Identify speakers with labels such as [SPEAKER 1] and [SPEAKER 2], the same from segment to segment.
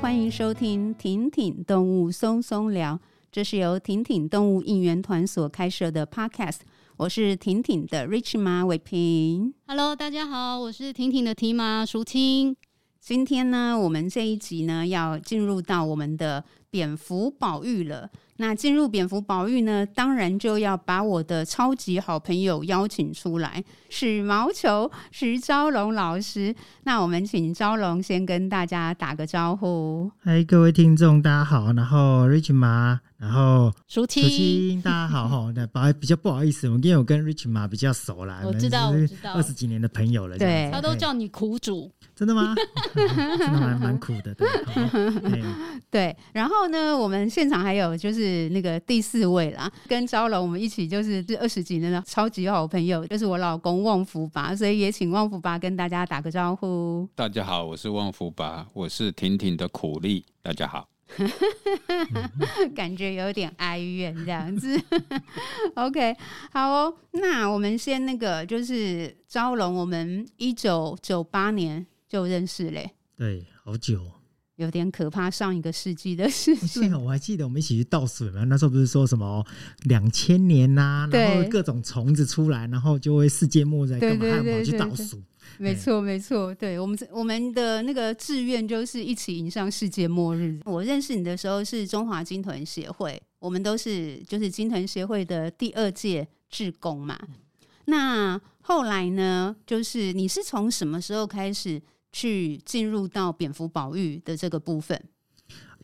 [SPEAKER 1] 欢迎收听《挺挺动物松松聊》，这是由挺挺动物应援团所开设的 Podcast。我是挺挺的 Rich 妈伟平。
[SPEAKER 2] Hello，大家好，我是婷婷的提妈淑清。
[SPEAKER 1] 今天呢，我们这一集呢要进入到我们的蝙蝠保育了。那进入蝙蝠保育呢，当然就要把我的超级好朋友邀请出来，是毛球石昭龙老师。那我们请昭龙先跟大家打个招呼。
[SPEAKER 3] 嗨，各位听众，大家好。然后 Rich 妈，然后
[SPEAKER 2] 淑
[SPEAKER 3] 楚
[SPEAKER 2] 清，
[SPEAKER 3] 青，大家好哈。那不好比较不好意思，我因为我跟 Rich 妈比较熟啦，
[SPEAKER 2] 我知道
[SPEAKER 3] 我们
[SPEAKER 2] 我
[SPEAKER 3] 就
[SPEAKER 2] 知
[SPEAKER 3] 是
[SPEAKER 2] 道
[SPEAKER 3] 二十几年的朋友了。这样
[SPEAKER 1] 对
[SPEAKER 3] 子
[SPEAKER 2] 他都
[SPEAKER 3] 嘿
[SPEAKER 2] 叫你苦主，
[SPEAKER 3] 真的吗？ 真的蛮蛮苦的。对，好
[SPEAKER 1] 对，然后呢，我们现场还有就是那个第四位啦，跟昭龙我们一起就是这二十几年的超级好朋友，就是我老公旺福吧，所以也请旺福吧跟大家打个招呼。
[SPEAKER 4] 大家好，我是旺福吧，我是婷婷的苦力。大家好，
[SPEAKER 1] 感觉有点哀怨这样子。OK，好哦，那我们先那个就是昭龙，我们一九九八年就认识嘞，
[SPEAKER 3] 对，好久哦。
[SPEAKER 1] 有点可怕，上一个世纪的事
[SPEAKER 3] 对
[SPEAKER 1] 情。
[SPEAKER 3] 哦，我还记得我们一起去倒水嘛，那时候不是说什么两千年呐、然后
[SPEAKER 1] 对
[SPEAKER 3] 各种虫子出来，然后就会世界末日，
[SPEAKER 1] 对
[SPEAKER 3] 干嘛
[SPEAKER 1] 对
[SPEAKER 3] 还
[SPEAKER 1] 对
[SPEAKER 3] 跑
[SPEAKER 1] 对
[SPEAKER 3] 去倒
[SPEAKER 1] 对
[SPEAKER 3] 数？
[SPEAKER 1] 没错，没错，对我们这我们的那个志愿就是一起迎上世界末日。我认识你的时候是中华金豚协会，我们都是就是金豚协会的第二届志工嘛。那后来呢，就是你是从什么时候开始去进入到蝙蝠保育的这个部分？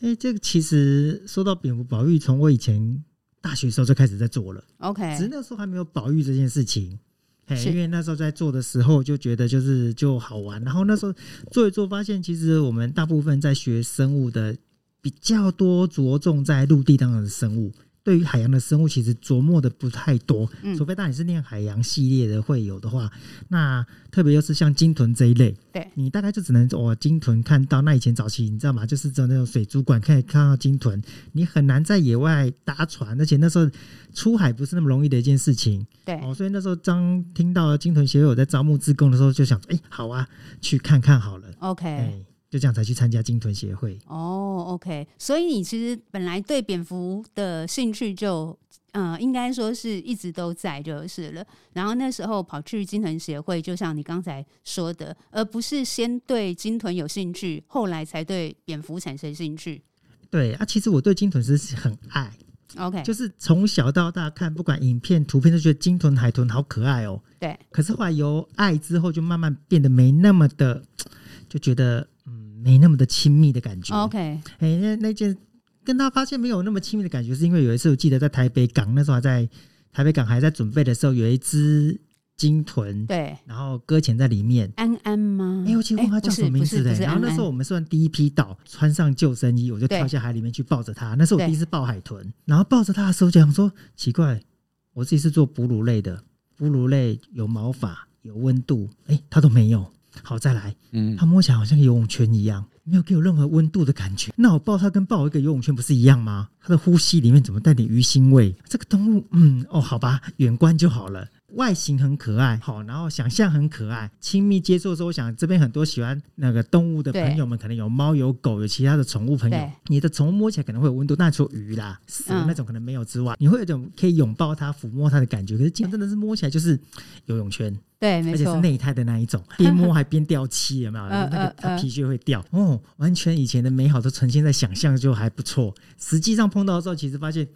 [SPEAKER 3] 哎、这个其实说到蝙蝠保育，从我以前大学的时候就开始在做了。只是
[SPEAKER 1] OK，
[SPEAKER 3] 那时候还没有保育这件事情。嘿
[SPEAKER 1] 是
[SPEAKER 3] 因为那时候在做的时候就觉得就是就好玩，然后那时候做一做发现，其实我们大部分在学生物的比较多着重在陆地当中的生物，对于海洋的生物其实琢磨的不太多，
[SPEAKER 1] 嗯
[SPEAKER 3] 除非当你是念海洋系列的会有的话，那特别又是像鲸豚这一类，
[SPEAKER 1] 对
[SPEAKER 3] 你大概就只能哦鲸豚看到，那以前早期你知道吗？就是只有那种水族馆可以看到鲸豚，你很难在野外搭船，而且那时候出海不是那么容易的一件事情
[SPEAKER 1] 对，
[SPEAKER 3] 哦，所以那时候当听到金屯协会有在招募志工的时候，就想说，哎、好啊，去看看好了，
[SPEAKER 1] ，OK，
[SPEAKER 3] 哎、就这样才去参加金屯协会。
[SPEAKER 1] 哦，OK，所以你其实本来对蝙蝠的兴趣就，呃，应该说是一直都在就是了。然后那时候跑去金豚协会，就像你刚才说的，而不是先对金豚有兴趣，后来才对蝙蝠产生兴趣。
[SPEAKER 3] 对啊，其实我对金豚是很爱，
[SPEAKER 1] OK，
[SPEAKER 3] 就是从小到大看，不管影片、图片，都觉得金豚、海豚好可爱哦。
[SPEAKER 1] 对，
[SPEAKER 3] 可是后来由爱之后，就慢慢变得没那么的，就觉得嗯，没那么的亲密的感觉。
[SPEAKER 1] 哦 OK，
[SPEAKER 3] 哎、那那件跟他发现没有那么亲密的感觉，是因为有一次我记得在台北港，那时候还在台北港还在准备的时候，有一只鲸豚，
[SPEAKER 1] 对，
[SPEAKER 3] 然后搁浅在里面。
[SPEAKER 1] 安安吗？
[SPEAKER 3] 哎、我其实忘了
[SPEAKER 1] 哎
[SPEAKER 3] 它叫什么名字
[SPEAKER 1] 不是
[SPEAKER 3] 嘞、
[SPEAKER 1] 不是不是
[SPEAKER 3] 然后那时候
[SPEAKER 1] 安
[SPEAKER 3] 我们算第一批到，穿上救生衣，我就
[SPEAKER 1] 对
[SPEAKER 3] 跳下海里面去抱着它。那是我
[SPEAKER 1] 对
[SPEAKER 3] 第一次抱海豚，然后抱着它的时候就想说，奇怪，我自己是做哺乳类的，哺乳类有毛发、有温度，哎、它都没有。好，再来，
[SPEAKER 4] 嗯
[SPEAKER 3] 它摸起来好像游泳圈一样，没有给我任何温度的感觉。那我抱它跟抱一个游泳圈不是一样吗？它的呼吸里面怎么带点鱼腥味？这个动物，嗯，哦，好吧，远观就好了。外形很可爱，好，然后想象很可爱，亲密接触的时候，我想这边很多喜欢那个动物的朋友们，可能有猫有狗，有其他的宠物朋友
[SPEAKER 1] 对，
[SPEAKER 3] 你的宠物摸起来可能会有温度，那除了鱼啦、蛇
[SPEAKER 1] 嗯
[SPEAKER 3] 那种可能没有之外，你会有种可以拥抱它、抚摸它的感觉。可是今天真的是摸起来就是游泳圈，
[SPEAKER 1] 对，没
[SPEAKER 3] 而且是
[SPEAKER 1] 错，
[SPEAKER 3] 内胎的那 一种，边摸还边掉漆，有没有？
[SPEAKER 1] 嗯
[SPEAKER 3] 那个
[SPEAKER 1] 嗯
[SPEAKER 3] 它
[SPEAKER 1] 嗯
[SPEAKER 3] 皮屑会掉哦，完全以前的美好都呈现在想象，就还不错。实际上碰到的时候，其实发现，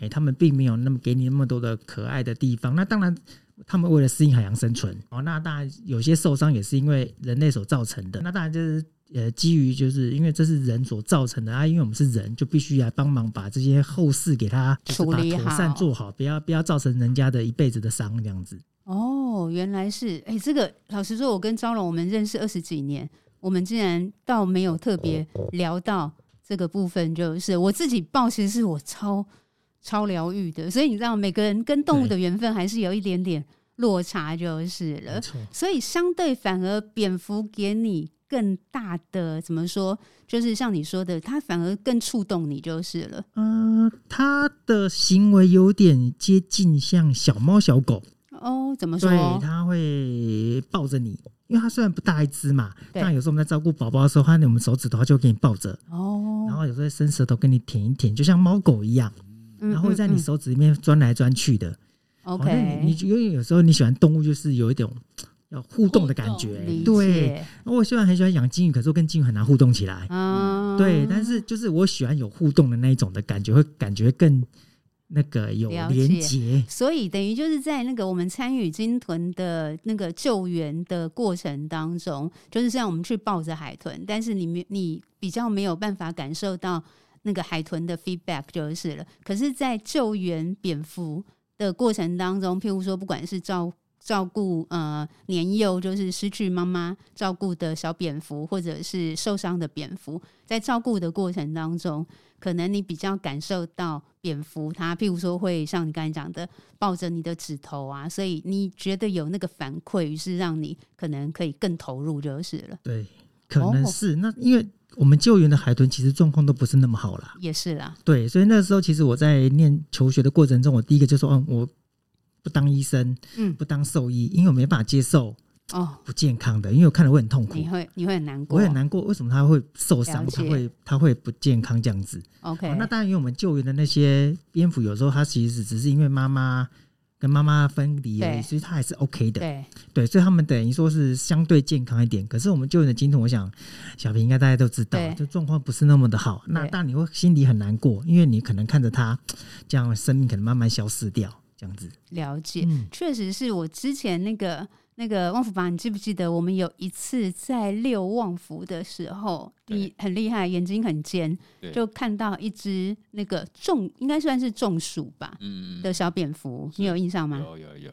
[SPEAKER 3] 哎、他们并没有那么给你那么多的可爱的地方。那当然，他们为了适应海洋生存，哦，那当然有些受伤也是因为人类所造成的。那当然就是。呃，基于就是因为这是人所造成的啊，因为我们是人，就必须来帮忙把这些后事给他就是把
[SPEAKER 1] 处理好
[SPEAKER 3] 妥善做好，不要不要造成人家的一辈子的伤这样子。
[SPEAKER 1] 哦，原来是哎、这个老实说，我跟招龙我们认识二十几年，我们竟然倒没有特别聊到这个部分，就是我自己抱，其实是我超超疗愈的，所以你知道，每个人跟动物的缘分还是有一点点落差，就是了
[SPEAKER 3] 没。错。
[SPEAKER 1] 所以相对反而蝙蝠给你更大的怎么说，就是像你说的，它反而更触动你就是了。
[SPEAKER 3] 呃，它的行为有点接近像小猫小狗，
[SPEAKER 1] 哦，怎么
[SPEAKER 3] 对，
[SPEAKER 1] 说？
[SPEAKER 3] 它会抱着你，因为它虽然不大一只嘛，
[SPEAKER 1] 对
[SPEAKER 3] 但有时候我们在照顾宝宝的时候，它那我们手指头它就会给你抱着，
[SPEAKER 1] 哦，
[SPEAKER 3] 后有时候会伸舌头跟你舔一舔，就像猫狗一样，
[SPEAKER 1] 嗯
[SPEAKER 3] 然后会在你
[SPEAKER 1] 嗯嗯
[SPEAKER 3] 手指里面钻来钻去的。哦那
[SPEAKER 1] OK，
[SPEAKER 3] 你你因为有时候你喜欢动物，就是有一种要互动的感觉
[SPEAKER 1] 理。
[SPEAKER 3] 对，
[SPEAKER 1] 解
[SPEAKER 3] 我虽然很喜欢养金鱼，可是我跟金鱼很难互动起来。
[SPEAKER 1] 啊，
[SPEAKER 3] 嗯对，但是就是我喜欢有互动的那一种的感觉，会感觉更那个有
[SPEAKER 1] 了
[SPEAKER 3] 连
[SPEAKER 1] 解
[SPEAKER 3] 结。
[SPEAKER 1] 所以等于就是在那个我们参与鲸豚的那个救援的过程当中，就是像我们去抱着海豚，但是你没你比较没有办法感受到那个海豚的 feedback 就是了。可是，在救援蝙蝠的过程当中，譬如说，不管是照照顾呃年幼就是失去妈妈照顾的小蝙蝠，或者是受伤的蝙蝠，在照顾的过程当中，可能你比较感受到蝙蝠它，譬如说会像你刚才讲的，抱着你的指头啊，所以你觉得有那个反馈，于是让你可能可以更投入就是了，
[SPEAKER 3] 对，可能
[SPEAKER 1] 哦
[SPEAKER 3] 是、那因为我们救援的海豚其实状况都不是那么好啦。
[SPEAKER 1] 也是啦，
[SPEAKER 3] 对，所以那时候其实我在念求学的过程中，我第一个就说，嗯，我不当医生，
[SPEAKER 1] 嗯，
[SPEAKER 3] 不当兽医，因为我没办法接受
[SPEAKER 1] 哦，
[SPEAKER 3] 不健康的，因为我看了会很痛苦
[SPEAKER 1] 你，会你会很难过，
[SPEAKER 3] 我会很难过，为什么他会受伤，
[SPEAKER 1] 了
[SPEAKER 3] 他
[SPEAKER 1] 解
[SPEAKER 3] 会他会不健康这样子。
[SPEAKER 1] OK，、
[SPEAKER 3] 哦那当然，因为我们救援的那些蝙蝠，有时候它其实只是因为妈妈跟妈妈分离而
[SPEAKER 1] 对
[SPEAKER 3] 已，所以它还是 OK 的。
[SPEAKER 1] 对，
[SPEAKER 3] 对，所以他们等于说是相对健康一点。可是我们救援的金童，我想小平应该大家都知道，
[SPEAKER 1] 对
[SPEAKER 3] 就状况不是那么的好。那
[SPEAKER 1] 对
[SPEAKER 3] 但你会心里很难过，因为你可能看着他这样生命可能慢慢消失掉，这样子。
[SPEAKER 1] 了解。
[SPEAKER 3] 嗯，
[SPEAKER 1] 确实是我之前那个那个旺福吧，你记不记得我们有一次在遛旺福的时候，
[SPEAKER 4] 对
[SPEAKER 1] 你很厉害，眼睛很尖
[SPEAKER 4] 对，
[SPEAKER 1] 就看到一只那个中应该算是中暑吧
[SPEAKER 4] 嗯，
[SPEAKER 1] 的小蝙蝠，你
[SPEAKER 4] 是
[SPEAKER 1] 有印象吗？
[SPEAKER 4] 有有有有，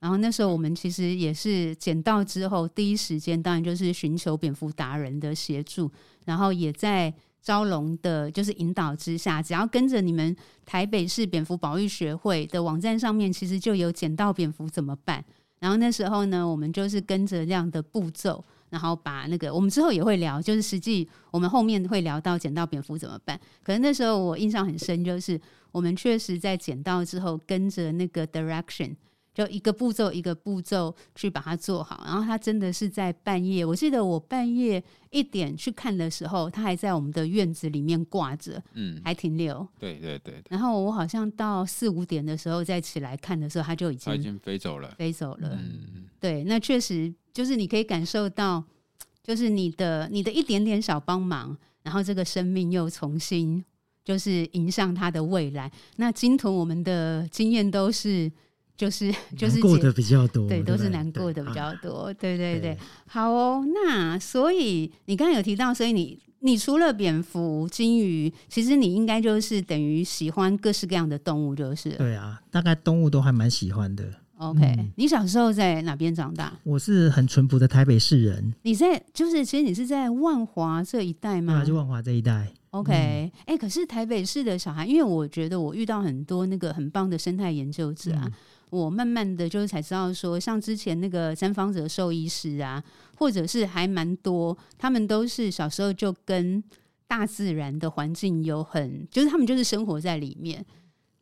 [SPEAKER 1] 然后那时候我们其实也是捡到之后，第一时间当然就是寻求蝙蝠达人的协助，然后也在招龙的，就是引导之下，只要跟着你们台北市蝙蝠保育学会的网站上面，其实就有捡到蝙蝠怎么办。然后那时候呢，我们就是跟着这样的步骤，然后把那个我们之后也会聊，就是实际我们后面会聊到捡到蝙蝠怎么办。可是那时候我印象很深，就是我们确实在捡到之后，跟着那个 direction。就一个步骤一个步骤去把它做好。然后他真的是在半夜，我记得我半夜一点去看的时候，他还在我们的院子里面挂着，
[SPEAKER 4] 嗯，
[SPEAKER 1] 还停留。
[SPEAKER 4] 对对对，
[SPEAKER 1] 然后我好像到四五点的时候再起来看的时候，他就已
[SPEAKER 4] 他已
[SPEAKER 1] 经
[SPEAKER 4] 经飞走了。
[SPEAKER 1] 飞走了。
[SPEAKER 4] 嗯，
[SPEAKER 1] 对，那确实就是你可以感受到，就是你的你的一点点小帮忙，然后这个生命又重新就是迎向它的未来。那金屯我们的经验都是。就是就是
[SPEAKER 3] 难过
[SPEAKER 1] 解
[SPEAKER 3] 的比较多，
[SPEAKER 1] 对，
[SPEAKER 3] 不
[SPEAKER 1] 都是难过的比。
[SPEAKER 3] 对啊
[SPEAKER 1] 较多。对对对
[SPEAKER 3] 对，
[SPEAKER 1] 好哦。那所以你刚刚有提到，所以你你除了蝙蝠、金鱼，其实你应该就是等于喜欢各式各样的动物，就是了
[SPEAKER 3] 对啊，大概动物都还蛮喜欢的。
[SPEAKER 1] OK、
[SPEAKER 3] 嗯
[SPEAKER 1] 你小时候在哪边长大？
[SPEAKER 3] 我是很淳朴的台北市人，
[SPEAKER 1] 你在就是其实你是在万华这一带
[SPEAKER 3] 那
[SPEAKER 1] 吗
[SPEAKER 3] 啊就万华这一带。
[SPEAKER 1] ？OK，哎、
[SPEAKER 3] 嗯
[SPEAKER 1] 诶可是台北市的小孩，因为我觉得我遇到很多那个很棒的生态研究者
[SPEAKER 3] 嗯
[SPEAKER 1] 啊，我慢慢的就是才知道说，像之前那个三方者兽医师啊，或者是还蛮多，他们都是小时候就跟大自然的环境有很，就是他们就是生活在里面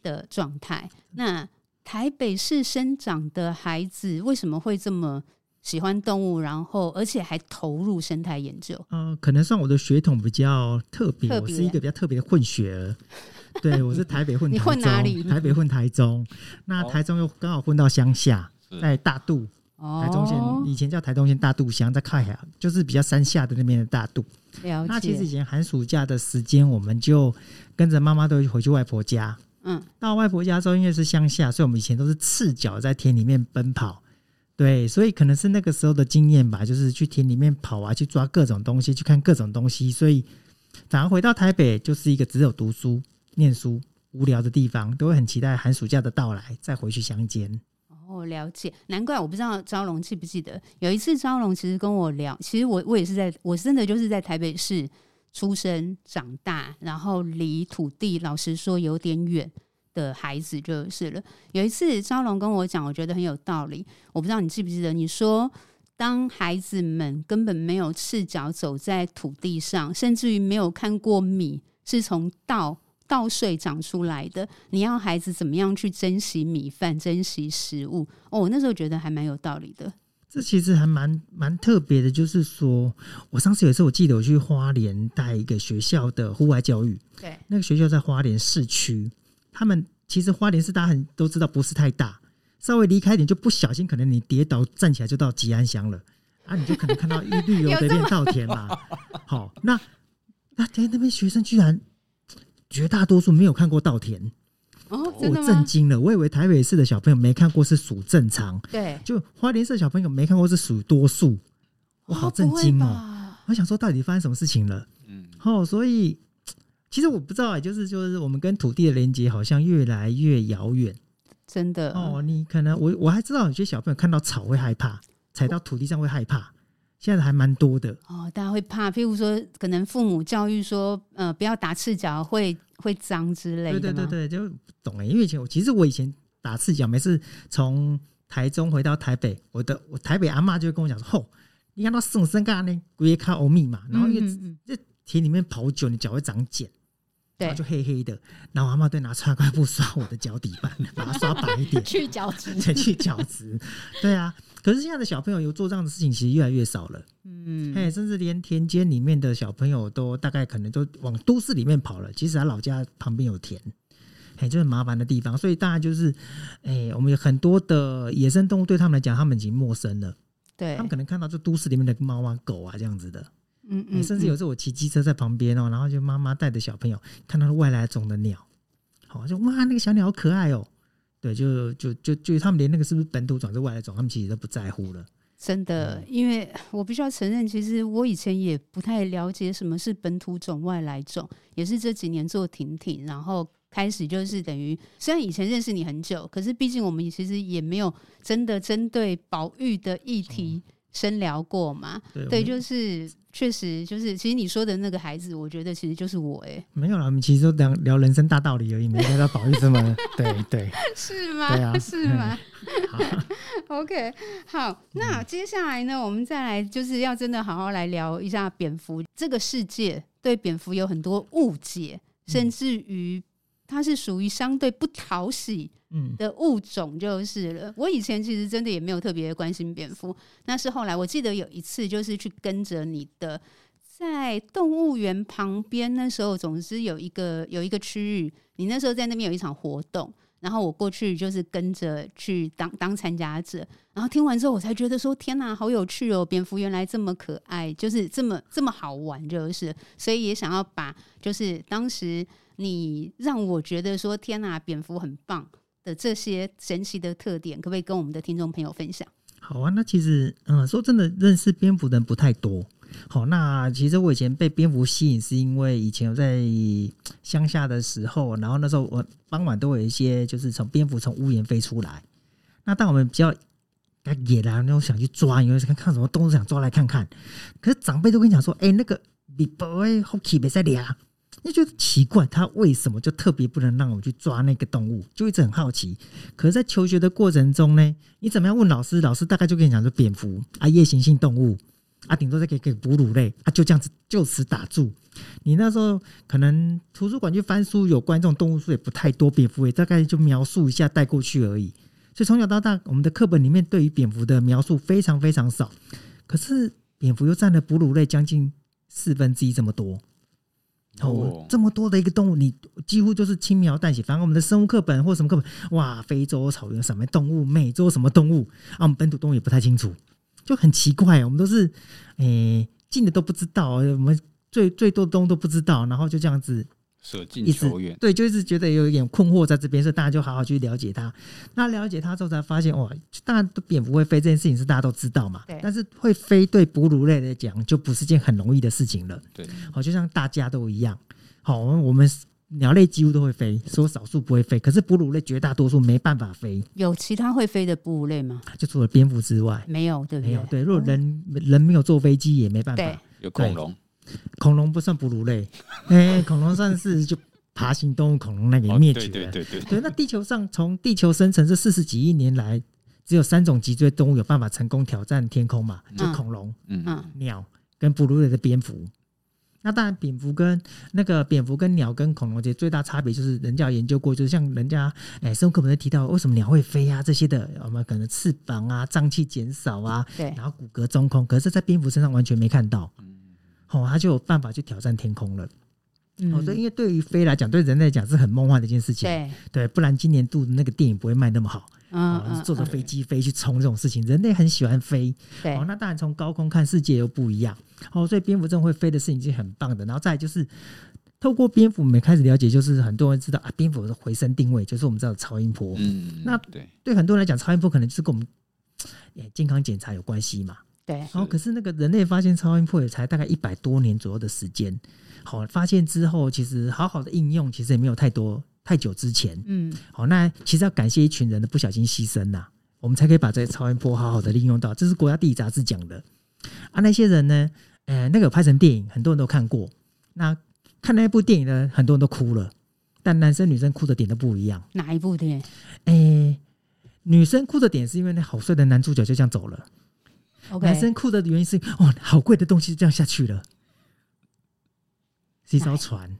[SPEAKER 1] 的状态。那台北市生长的孩子为什么会这么喜欢动物，然后而且还投入生态研究？
[SPEAKER 3] 嗯，可能算我的血统比较特别，
[SPEAKER 1] 特
[SPEAKER 3] 我
[SPEAKER 1] 别
[SPEAKER 3] 是一个比较特别的混血儿。 对，我是台北混
[SPEAKER 1] 你
[SPEAKER 3] 台
[SPEAKER 1] 混哪
[SPEAKER 3] 中
[SPEAKER 1] 里
[SPEAKER 3] 台北混台中，那
[SPEAKER 4] 哦
[SPEAKER 3] 台中又刚好混到乡下，
[SPEAKER 4] 是
[SPEAKER 3] 在大肚，
[SPEAKER 1] 哦
[SPEAKER 3] 台中县、以前叫台中县大肚乡，在靠海，就是比较山下的那边的大肚。
[SPEAKER 1] 了解，
[SPEAKER 3] 那其实以前寒暑假的时间，我们就跟着妈妈都回去外婆家。
[SPEAKER 1] 嗯，
[SPEAKER 3] 到外婆家之后，因为是乡下，所以我们以前都是赤脚在田里面奔跑。对，所以可能是那个时候的经验吧，就是去田里面跑啊，去抓各种东西，去看各种东西。所以，反而回到台北，就是一个只有读书、念书、无聊的地方，都会很期待寒暑假的到来，再回去乡间。
[SPEAKER 1] 哦，了解，难怪我不知道招龙记不记得有一次招龙其实跟我聊，其实我我也是在，我真的就是在台北市出生长大，然后离土地老实说有点远的孩子就是了。有一次招龙跟我讲，我觉得很有道理，我不知道你记不记得，你说。当孩子们根本没有赤脚走在土地上，甚至于没有看过米是从稻稻穗长出来的，你要孩子怎么样去珍惜米饭、珍惜食物？哦，我那时候觉得还蛮有道理的。
[SPEAKER 3] 这其实还蛮蛮特别的，就是说我上次有一次我记得我去花莲带一个学校的户外教育，
[SPEAKER 1] 对，
[SPEAKER 3] 那个学校在花莲市区，他们其实花莲市大家很都知道不是太大，稍微离开一点就不小心，可能你跌倒站起来就到吉安乡了，啊，你就可能看到一绿 油
[SPEAKER 1] 有
[SPEAKER 3] 的
[SPEAKER 1] 这
[SPEAKER 3] 练稻田嘛。好，那那在那边学生居然绝大多数没有看过稻田，
[SPEAKER 1] 哦，
[SPEAKER 3] 我
[SPEAKER 1] 真的
[SPEAKER 3] 震
[SPEAKER 1] 吗？
[SPEAKER 3] 惊了，我以为台北市的小朋友没看过是属正常，
[SPEAKER 1] 对，
[SPEAKER 3] 就花莲市的小朋友没看过是属多数，我好震惊哦！
[SPEAKER 1] 哦
[SPEAKER 3] 我想说到底发生什么事情了？
[SPEAKER 4] 嗯，
[SPEAKER 3] 哦，所以其实我不知道啊，就是就是我们跟土地的连接好像越来越遥远
[SPEAKER 1] 真的
[SPEAKER 3] 哦。你可能我我还知道有些小朋友看到草会害怕，踩到土地上会害怕，现在还蛮多的。
[SPEAKER 1] 哦，大家会怕，譬如说，可能父母教育说，呃，不要打赤脚，会会脏之类
[SPEAKER 3] 对
[SPEAKER 1] 的
[SPEAKER 3] 对对
[SPEAKER 1] 吗
[SPEAKER 3] 对，就不懂了。因为以前我其实我以前打赤脚，每次从台中回到台北，我的我台北阿嬷就会跟我讲说：“吼、你看到圣生干呢，龟卡欧密嘛，然后
[SPEAKER 1] 嗯
[SPEAKER 3] 因为
[SPEAKER 1] 嗯嗯
[SPEAKER 3] 田里面跑久，你脚会长茧。”然
[SPEAKER 1] 对
[SPEAKER 3] 后就黑黑的，然后我阿妈对拿刷块布刷我的脚底板， 把它刷白一点。
[SPEAKER 2] 去角质，
[SPEAKER 3] 才去角质。对啊，可是现在的小朋友有做这样的事情，其实越来越少了。哎、
[SPEAKER 1] 嗯，
[SPEAKER 3] 甚至连田间里面的小朋友都大概可能都往都市里面跑了。其实他老家旁边有田，哎、就很麻烦的地方。所以大家就是，哎、我们有很多的野生动物对他们来讲，他们已经陌生了。
[SPEAKER 1] 对，
[SPEAKER 3] 他们可能看到就都市里面的猫啊、狗啊这样子的。
[SPEAKER 1] 嗯
[SPEAKER 3] 哎甚至有时候我骑机车在旁边哦，然后就妈妈带着小朋友看到了外来种的鸟，好、就哇那个小鸟好可爱哦，对，就就就就他们连那个是不是本土种还是外来种，他们其实都不在乎了。
[SPEAKER 1] 真
[SPEAKER 3] 嗯
[SPEAKER 1] 的，因为我必须要承认，其实我以前也不太了解什么是本土种、外来种，也是这几年做婷婷，然后开始就是等于，虽然以前认识你很久，可是毕竟我们其实也没有真的针对保育的议题深聊过嘛。
[SPEAKER 3] 嗯对，
[SPEAKER 1] 对，
[SPEAKER 3] 我们
[SPEAKER 1] 就是确实就是，其实你说的那个孩子，我觉得其实就是我、欸，
[SPEAKER 3] 没有啦，我们其实都聊聊人生大道理而已，没聊到保育这么 对对。
[SPEAKER 1] 是吗？
[SPEAKER 3] 对 啊
[SPEAKER 1] 是吗 ？OK，好，那接下来呢，我们再来就是要真的好好来聊一下蝙蝠这个世界对蝙蝠有很多误解，甚至于它是属于相对不讨喜
[SPEAKER 3] 嗯，
[SPEAKER 1] 的物种就是了。我以前其实真的也没有特别关心蝙蝠，那是后来我记得有一次就是去跟着你的，在动物园旁边，那时候总之有一个有一个区域，你那时候在那边有一场活动。然后我过去就是跟着去当当参加者，然后听完之后我才觉得说天哪，好有趣哦！蝙蝠原来这么可爱，就是这么这么好玩，就是所以也想要把就是当时你让我觉得说天哪，蝙蝠很棒，的这些神奇的特点，可不可以跟我们的听众朋友分享？
[SPEAKER 3] 好啊，那其实嗯，说真的，认识蝙蝠的人不太多。好，那其实我以前被蝙蝠吸引，是因为以前我在乡下的时候，然后那时候我傍晚都有一些就是从蝙蝠从屋檐飞出来。那当我们比较野啦，那种想去抓，有时看看什么动物想抓来看看。可是长辈都跟你讲说，哎、那个你不会好奇别在俩，你就觉得奇怪，他为什么就特别不能让我去抓那个动物，就一直很好奇。可是，在求学的过程中呢，你怎么样问老师，老师大概就跟你讲说蝙蝠啊，夜行性动物啊，顶多再给给哺乳类啊，就这样子就此打住。你那时候可能图书馆去翻书，有关这种动物书也不太多，蝙蝠也大概就描述一下带过去而已。所以从小到大，我们的课本里面对于蝙蝠的描述非常非常少，可是蝙蝠又占了哺乳类将近四分之一这么多。哦
[SPEAKER 4] 哦，
[SPEAKER 3] 这么多的一个动物，你几乎就是轻描淡写。反正我们的生物课本或什么课本，哇，非洲草原什么动物，美洲什么动物啊，我们本土动物也不太清楚，就很奇怪。我们都是诶、近的都不知道，我们最最多的动物都不知道，然后就这样子
[SPEAKER 4] 舍近
[SPEAKER 3] 一直
[SPEAKER 4] 求远，
[SPEAKER 3] 对，就一直觉得有一点困惑在这边，所以大家就好好去了解它。那了解它之后才发现，哇，当然蝙蝠会飞这件事情是大家都知道嘛
[SPEAKER 1] 对，
[SPEAKER 3] 但是会飞对哺乳类来讲就不是件很容易的事情了。
[SPEAKER 4] 对，
[SPEAKER 3] 好，就像大家都一样，好，我们我们鸟类几乎都会飞，说少数不会飞，可是哺乳类绝大多数没办法飞，
[SPEAKER 1] 有其他会飞的哺乳类吗？
[SPEAKER 3] 就除了蝙蝠之外，
[SPEAKER 1] 没有，对不
[SPEAKER 3] 没
[SPEAKER 1] 对？
[SPEAKER 3] 有。对，如果人、人没有坐飞机也没办
[SPEAKER 1] 对
[SPEAKER 3] 法，
[SPEAKER 4] 有恐龙，
[SPEAKER 3] 恐龙不算哺 乳类，哎、恐龙算是就爬行动物，恐龙那
[SPEAKER 4] 哦
[SPEAKER 3] 个灭绝
[SPEAKER 4] 对
[SPEAKER 3] 了。
[SPEAKER 4] 对对对，
[SPEAKER 3] 对，那地球上从地球生成这四十几亿年来，只有三种脊椎动物有办法成功挑战天空嘛，就
[SPEAKER 1] 嗯
[SPEAKER 3] 恐龙、
[SPEAKER 4] 嗯，
[SPEAKER 1] 嗯，
[SPEAKER 3] 鸟跟哺乳类的蝙蝠。那当然，蝙蝠跟那个蝙蝠跟鸟跟恐龙这些最大差别就是，人家有研究过，就是像人家哎生物课本在提到为什么鸟会飞啊这些的，我们可能翅膀啊脏器减少啊，
[SPEAKER 1] 对
[SPEAKER 3] 然后骨骼中空，可是，在蝙蝠身上完全没看到，哦，它就有办法去挑战天空了。
[SPEAKER 1] 嗯
[SPEAKER 3] 哦，对，因为对于飞来讲，对人类来讲是很梦幻的一件事情，
[SPEAKER 1] 对，
[SPEAKER 3] 对，不然今年度的那个电影不会卖那么好。
[SPEAKER 1] 嗯
[SPEAKER 3] 啊，
[SPEAKER 1] 嗯，
[SPEAKER 3] 坐着
[SPEAKER 1] 嗯
[SPEAKER 3] 飞机飞去冲这种事情，人类很喜欢飞。
[SPEAKER 1] 对
[SPEAKER 3] 哦，那当然从高空看世界又不一样。哦，所以蝙蝠这种会飞的事情已经很棒的。然后再来就是。透过蝙蝠，我们也开始了解，就是很多人知道啊，蝙蝠的回声定位就是我们知道的超音波。
[SPEAKER 4] 嗯，
[SPEAKER 3] 那
[SPEAKER 4] 对，
[SPEAKER 3] 对很多人来讲，超音波可能就是跟我们呃健康检查有关系嘛。
[SPEAKER 1] 对
[SPEAKER 3] 然后哦可是那个人类发现超音波也才大概一百多年左右的时间，好、发现之后其实好好的应用其实也没有太多太久之前，
[SPEAKER 1] 嗯，
[SPEAKER 3] 好、那其实要感谢一群人的不小心牺牲呐、我们才可以把这个超音波好好的利用到。这是国家地理杂志讲的啊，那些人呢，呃，那个有拍成电影，很多人都看过。那看那部电影呢，很多人都哭了，但男生女生哭的点都不一样。
[SPEAKER 1] 哪一部电影？
[SPEAKER 3] 哎、女生哭的点是因为那好帅的男主角就这样走了
[SPEAKER 1] OK，
[SPEAKER 3] 男生哭的原因是哦，好贵的东西就这样下去了，是一艘
[SPEAKER 1] 哪
[SPEAKER 3] 船。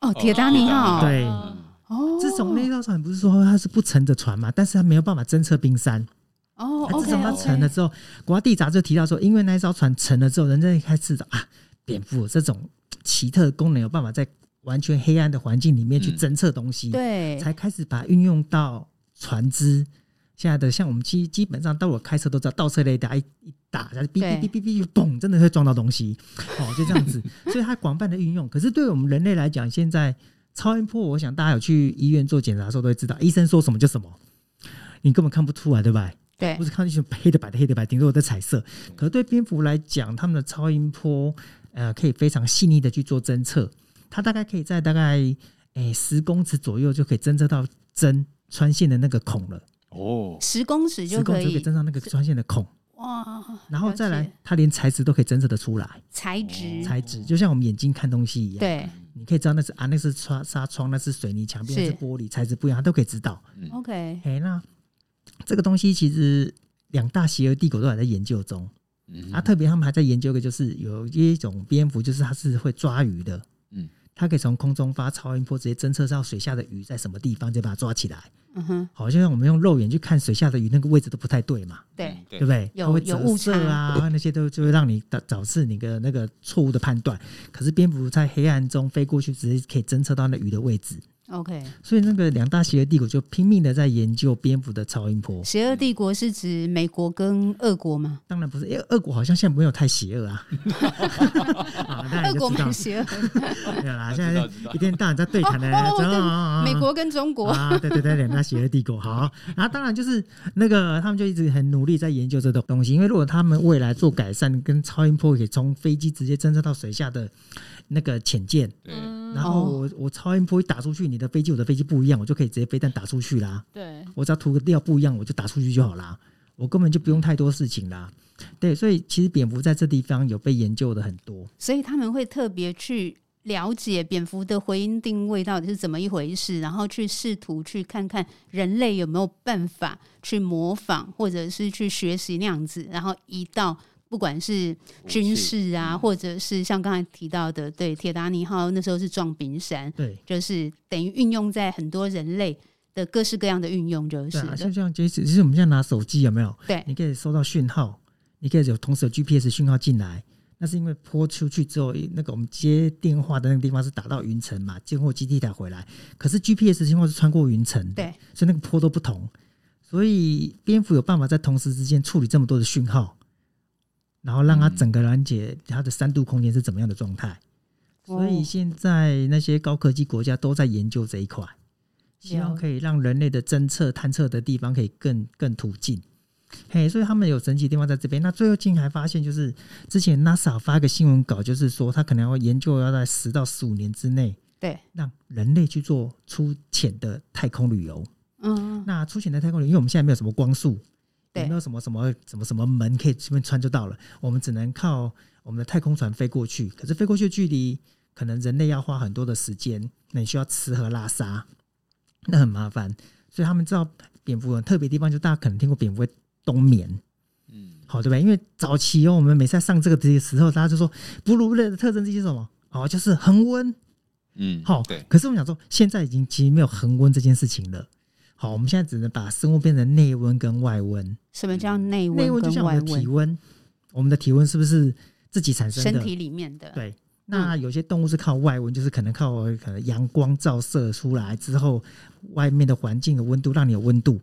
[SPEAKER 1] 哦，铁达尼号，
[SPEAKER 3] 对
[SPEAKER 4] 嗯
[SPEAKER 1] 哦，
[SPEAKER 3] 自从那艘船不是说它是不沉的船嘛，但是它没有办法侦测冰山。哎
[SPEAKER 1] 哦
[SPEAKER 3] 那自
[SPEAKER 1] ，OK，
[SPEAKER 3] 从它
[SPEAKER 1] OK
[SPEAKER 3] 沉了之后，国家地理杂志提到说，因为那一艘船沉了之后，人类开始知道啊，蝙蝠有这种奇特的功能有办法在完全黑暗的环境里面去
[SPEAKER 4] 嗯
[SPEAKER 3] 侦测东西，
[SPEAKER 1] 对，
[SPEAKER 3] 才开始把它运用到船只。现在的像我们基基本上，到我开车都知道倒车雷达一一打，然后哔哔
[SPEAKER 1] 对
[SPEAKER 3] 哔哔哔，嘣，真的会撞到东西，哦，就这样 子。所以它广泛的运用，可是对我们人类来讲，现在超音波，我想大家有去医院做检查的时候都会知道，医生说什么就什么，你根本看不出来，对吧？
[SPEAKER 1] 对
[SPEAKER 3] 或，者看到一群黑的白的黑的白，顶多有的彩色。可对蝙蝠来讲，它们的超音波呃可以非常细腻的去做侦测，它大概可以在大概诶十、10公尺左右就可以侦测到针穿线的那个孔了，
[SPEAKER 4] 哦，
[SPEAKER 1] 十公尺
[SPEAKER 3] 十
[SPEAKER 1] 就
[SPEAKER 3] 公
[SPEAKER 1] 可
[SPEAKER 3] 尺就可以
[SPEAKER 1] 以
[SPEAKER 3] 侦，测那个穿线的孔，
[SPEAKER 1] 哇，
[SPEAKER 3] 然后
[SPEAKER 1] 了
[SPEAKER 3] 再来
[SPEAKER 1] 解
[SPEAKER 3] 它连材质都可以侦测得出来，
[SPEAKER 1] 材质，
[SPEAKER 3] 哦材质就像我们眼睛看东西一样。
[SPEAKER 1] 对
[SPEAKER 4] 嗯
[SPEAKER 3] 你可以知道那是啊，那是纱纱窗，那是水泥墙壁，那是
[SPEAKER 1] 是
[SPEAKER 3] 玻璃，材质不一样，它都可以知道。
[SPEAKER 4] 嗯
[SPEAKER 1] ，OK，
[SPEAKER 3] 哎，那这个东西其实两大邪恶帝国都还在研究中。
[SPEAKER 4] 嗯
[SPEAKER 3] 啊，特别他们还在研究一个，就是有一种蝙蝠，就是它是会抓鱼的，
[SPEAKER 4] 嗯，
[SPEAKER 3] 它可以从空中发超音波，直接侦测到水下的鱼在什么地方，就把它抓起来。
[SPEAKER 1] 嗯哼，
[SPEAKER 3] 好像我们用肉眼去看水下的鱼，那个位置都不太对嘛，
[SPEAKER 1] 对，
[SPEAKER 4] 嗯对
[SPEAKER 3] 对不对？
[SPEAKER 1] 有
[SPEAKER 3] 它会
[SPEAKER 1] 有
[SPEAKER 3] 折
[SPEAKER 1] 误
[SPEAKER 3] 射
[SPEAKER 1] 差
[SPEAKER 3] 啊，那些都就会让你导导致你的那个错误的判断。可是蝙蝠在黑暗中飞过去，直接可以侦测到那鱼的位置，
[SPEAKER 1] OK，
[SPEAKER 3] 所以那个两大邪恶帝国就拼命的在研究蝙蝠的超音波。
[SPEAKER 1] 邪恶帝国是指美国跟俄国吗？
[SPEAKER 3] 当然不是，因为俄国好像现在没有太邪 恶啊。 啊，大家
[SPEAKER 1] 俄
[SPEAKER 3] 就
[SPEAKER 1] 国
[SPEAKER 3] 知道
[SPEAKER 1] 蛮邪恶的，
[SPEAKER 3] 没有啦，
[SPEAKER 4] 我
[SPEAKER 3] 现
[SPEAKER 4] 知道
[SPEAKER 3] 在
[SPEAKER 4] 知道
[SPEAKER 3] 一天到晚在对谈的，
[SPEAKER 1] 哦哦
[SPEAKER 3] 知道
[SPEAKER 1] 跟
[SPEAKER 3] 啊
[SPEAKER 1] 美国跟中国，
[SPEAKER 3] 啊，对对对，两大邪恶帝国。好，然后当然就是那个他们就一直很努力在研究这种东西，因为如果他们未来做改善，跟超音波可以从飞机直接侦测到水下的那个潜舰，
[SPEAKER 4] 对，
[SPEAKER 1] 嗯
[SPEAKER 2] 嗯
[SPEAKER 3] 然后我、我超音波一打出去，你的飞机我的飞机不一样，我就可以直接飞弹打出去啦。
[SPEAKER 2] 对，
[SPEAKER 3] 我只要涂个料不一样，我就打出去就好啦。我根本就不用太多事情啦。对，所以其实蝙蝠在这地方有被研究的很多。
[SPEAKER 1] 所以他们会特别去了解蝙蝠的回音定位到底是怎么一回事，然后去试图去看看人类有没有办法去模仿或者是去学习那样子，然后移到。不管是
[SPEAKER 4] 武器
[SPEAKER 1] 军事啊，
[SPEAKER 4] 嗯
[SPEAKER 1] 或者是像刚才提到的，对铁达尼号那时候是撞冰山，
[SPEAKER 3] 对，
[SPEAKER 1] 就是等于运用在很多人类的各式各样的运用，就
[SPEAKER 3] 对
[SPEAKER 1] 是
[SPEAKER 3] 啊，
[SPEAKER 1] 了
[SPEAKER 3] 像这样，其实其实我们现在拿手机有没有？
[SPEAKER 1] 对
[SPEAKER 3] 你可以收到讯号，你可以有同时有 GPS 讯号进来。那是因为拨出去之后，那个我们接电话的那个地方是打到云层嘛，接获基地台回来。可是 GPS 信号是穿过云层的，
[SPEAKER 1] 对，
[SPEAKER 3] 所以那个波都不同。所以蝙蝠有办法在同时之间处理这么多的讯号，然后让它
[SPEAKER 4] 嗯
[SPEAKER 3] 整个了解它的三度空间是怎么样的状态。所以
[SPEAKER 1] 哦
[SPEAKER 3] 现在那些高科技国家都在研究这一块，希望
[SPEAKER 1] 了
[SPEAKER 3] 可以让人类的侦测、探测的地方可以更更突进。嘿，所以他们有神奇的地方在这边。那最后竟还发现，就是之前 NASA 发个新闻稿，就是说他可能要研究要在十到十五年之内，
[SPEAKER 1] 对，
[SPEAKER 3] 让人类去做粗浅的太空旅游。
[SPEAKER 1] 嗯，
[SPEAKER 3] 那出显在太空里，因为我们现在没有什么光束，也
[SPEAKER 1] 对
[SPEAKER 3] 没有什么什么什么什么门可以随便穿就到了，我们只能靠我们的太空船飞过去。可是飞过去的距离，可能人类要花很多的时间，那你需要吃喝拉撒，那很麻烦。所以他们知道蝙蝠有很特别的地方，就大家可能听过蝙蝠会冬眠，
[SPEAKER 4] 嗯，
[SPEAKER 3] 好对不对？因为早期哦，我们每次在上这个的时候，大家就说哺乳类的特征是什么？哦，就是恒温，
[SPEAKER 4] 嗯，
[SPEAKER 3] 好、
[SPEAKER 4] 对，
[SPEAKER 3] 可是我想说，现在已经其实没有恒温这件事情了。好，我们现在只能把生物变成内温跟外温。
[SPEAKER 1] 什么叫内
[SPEAKER 3] 嗯内温
[SPEAKER 1] 温
[SPEAKER 3] 就
[SPEAKER 1] 跟
[SPEAKER 3] 像我
[SPEAKER 1] 外
[SPEAKER 3] 们的体
[SPEAKER 1] 温？
[SPEAKER 3] 温，我们的体温是不是自己产生
[SPEAKER 1] 身
[SPEAKER 3] 的？
[SPEAKER 1] 体里面的，嗯
[SPEAKER 3] 对。那有些动物是靠外温，就是可能靠可能阳光照射出来之后，外面的环境的温度让你有温度，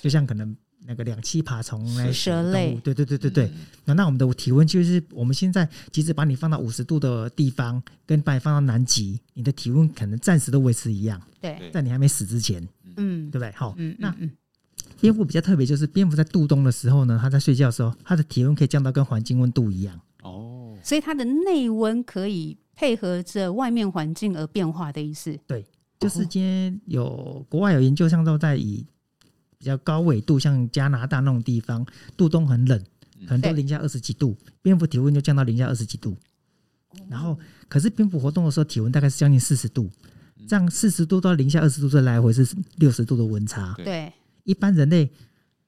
[SPEAKER 3] 就像可能那个两栖爬虫那些
[SPEAKER 4] 是
[SPEAKER 1] 蛇
[SPEAKER 3] 动物
[SPEAKER 1] 类
[SPEAKER 3] 对对对对对。
[SPEAKER 4] 嗯
[SPEAKER 3] 那那我们的体温就是我们现在即使把你放到五十度的地方，跟把你放到南极，你的体温可能暂时都维持一样，
[SPEAKER 1] 对，
[SPEAKER 3] 在你还没死之前，
[SPEAKER 1] 嗯
[SPEAKER 3] 对不对？好，
[SPEAKER 1] 嗯，
[SPEAKER 3] 那
[SPEAKER 1] 嗯嗯
[SPEAKER 3] 蝙蝠比较特别，就是蝙蝠在度冬的时候呢，它在睡觉的时候，它的体温可以降到跟环境温度一样。
[SPEAKER 4] 哦，
[SPEAKER 1] 所以它的内温可以配合着外面环境而变化的意思。
[SPEAKER 3] 就是今天有国外有研究，像都在以比较高纬度，像加拿大那种地方，度冬很冷，可能都
[SPEAKER 1] 对
[SPEAKER 3] 零下二十几度，蝙蝠体温就降到零下二十几度。然后，可是蝙蝠活动的时候，体温大概是将近四十度，这样四十度到零下二十度这来回是六十度的温差。
[SPEAKER 4] 对
[SPEAKER 1] 对，
[SPEAKER 3] 一般人类，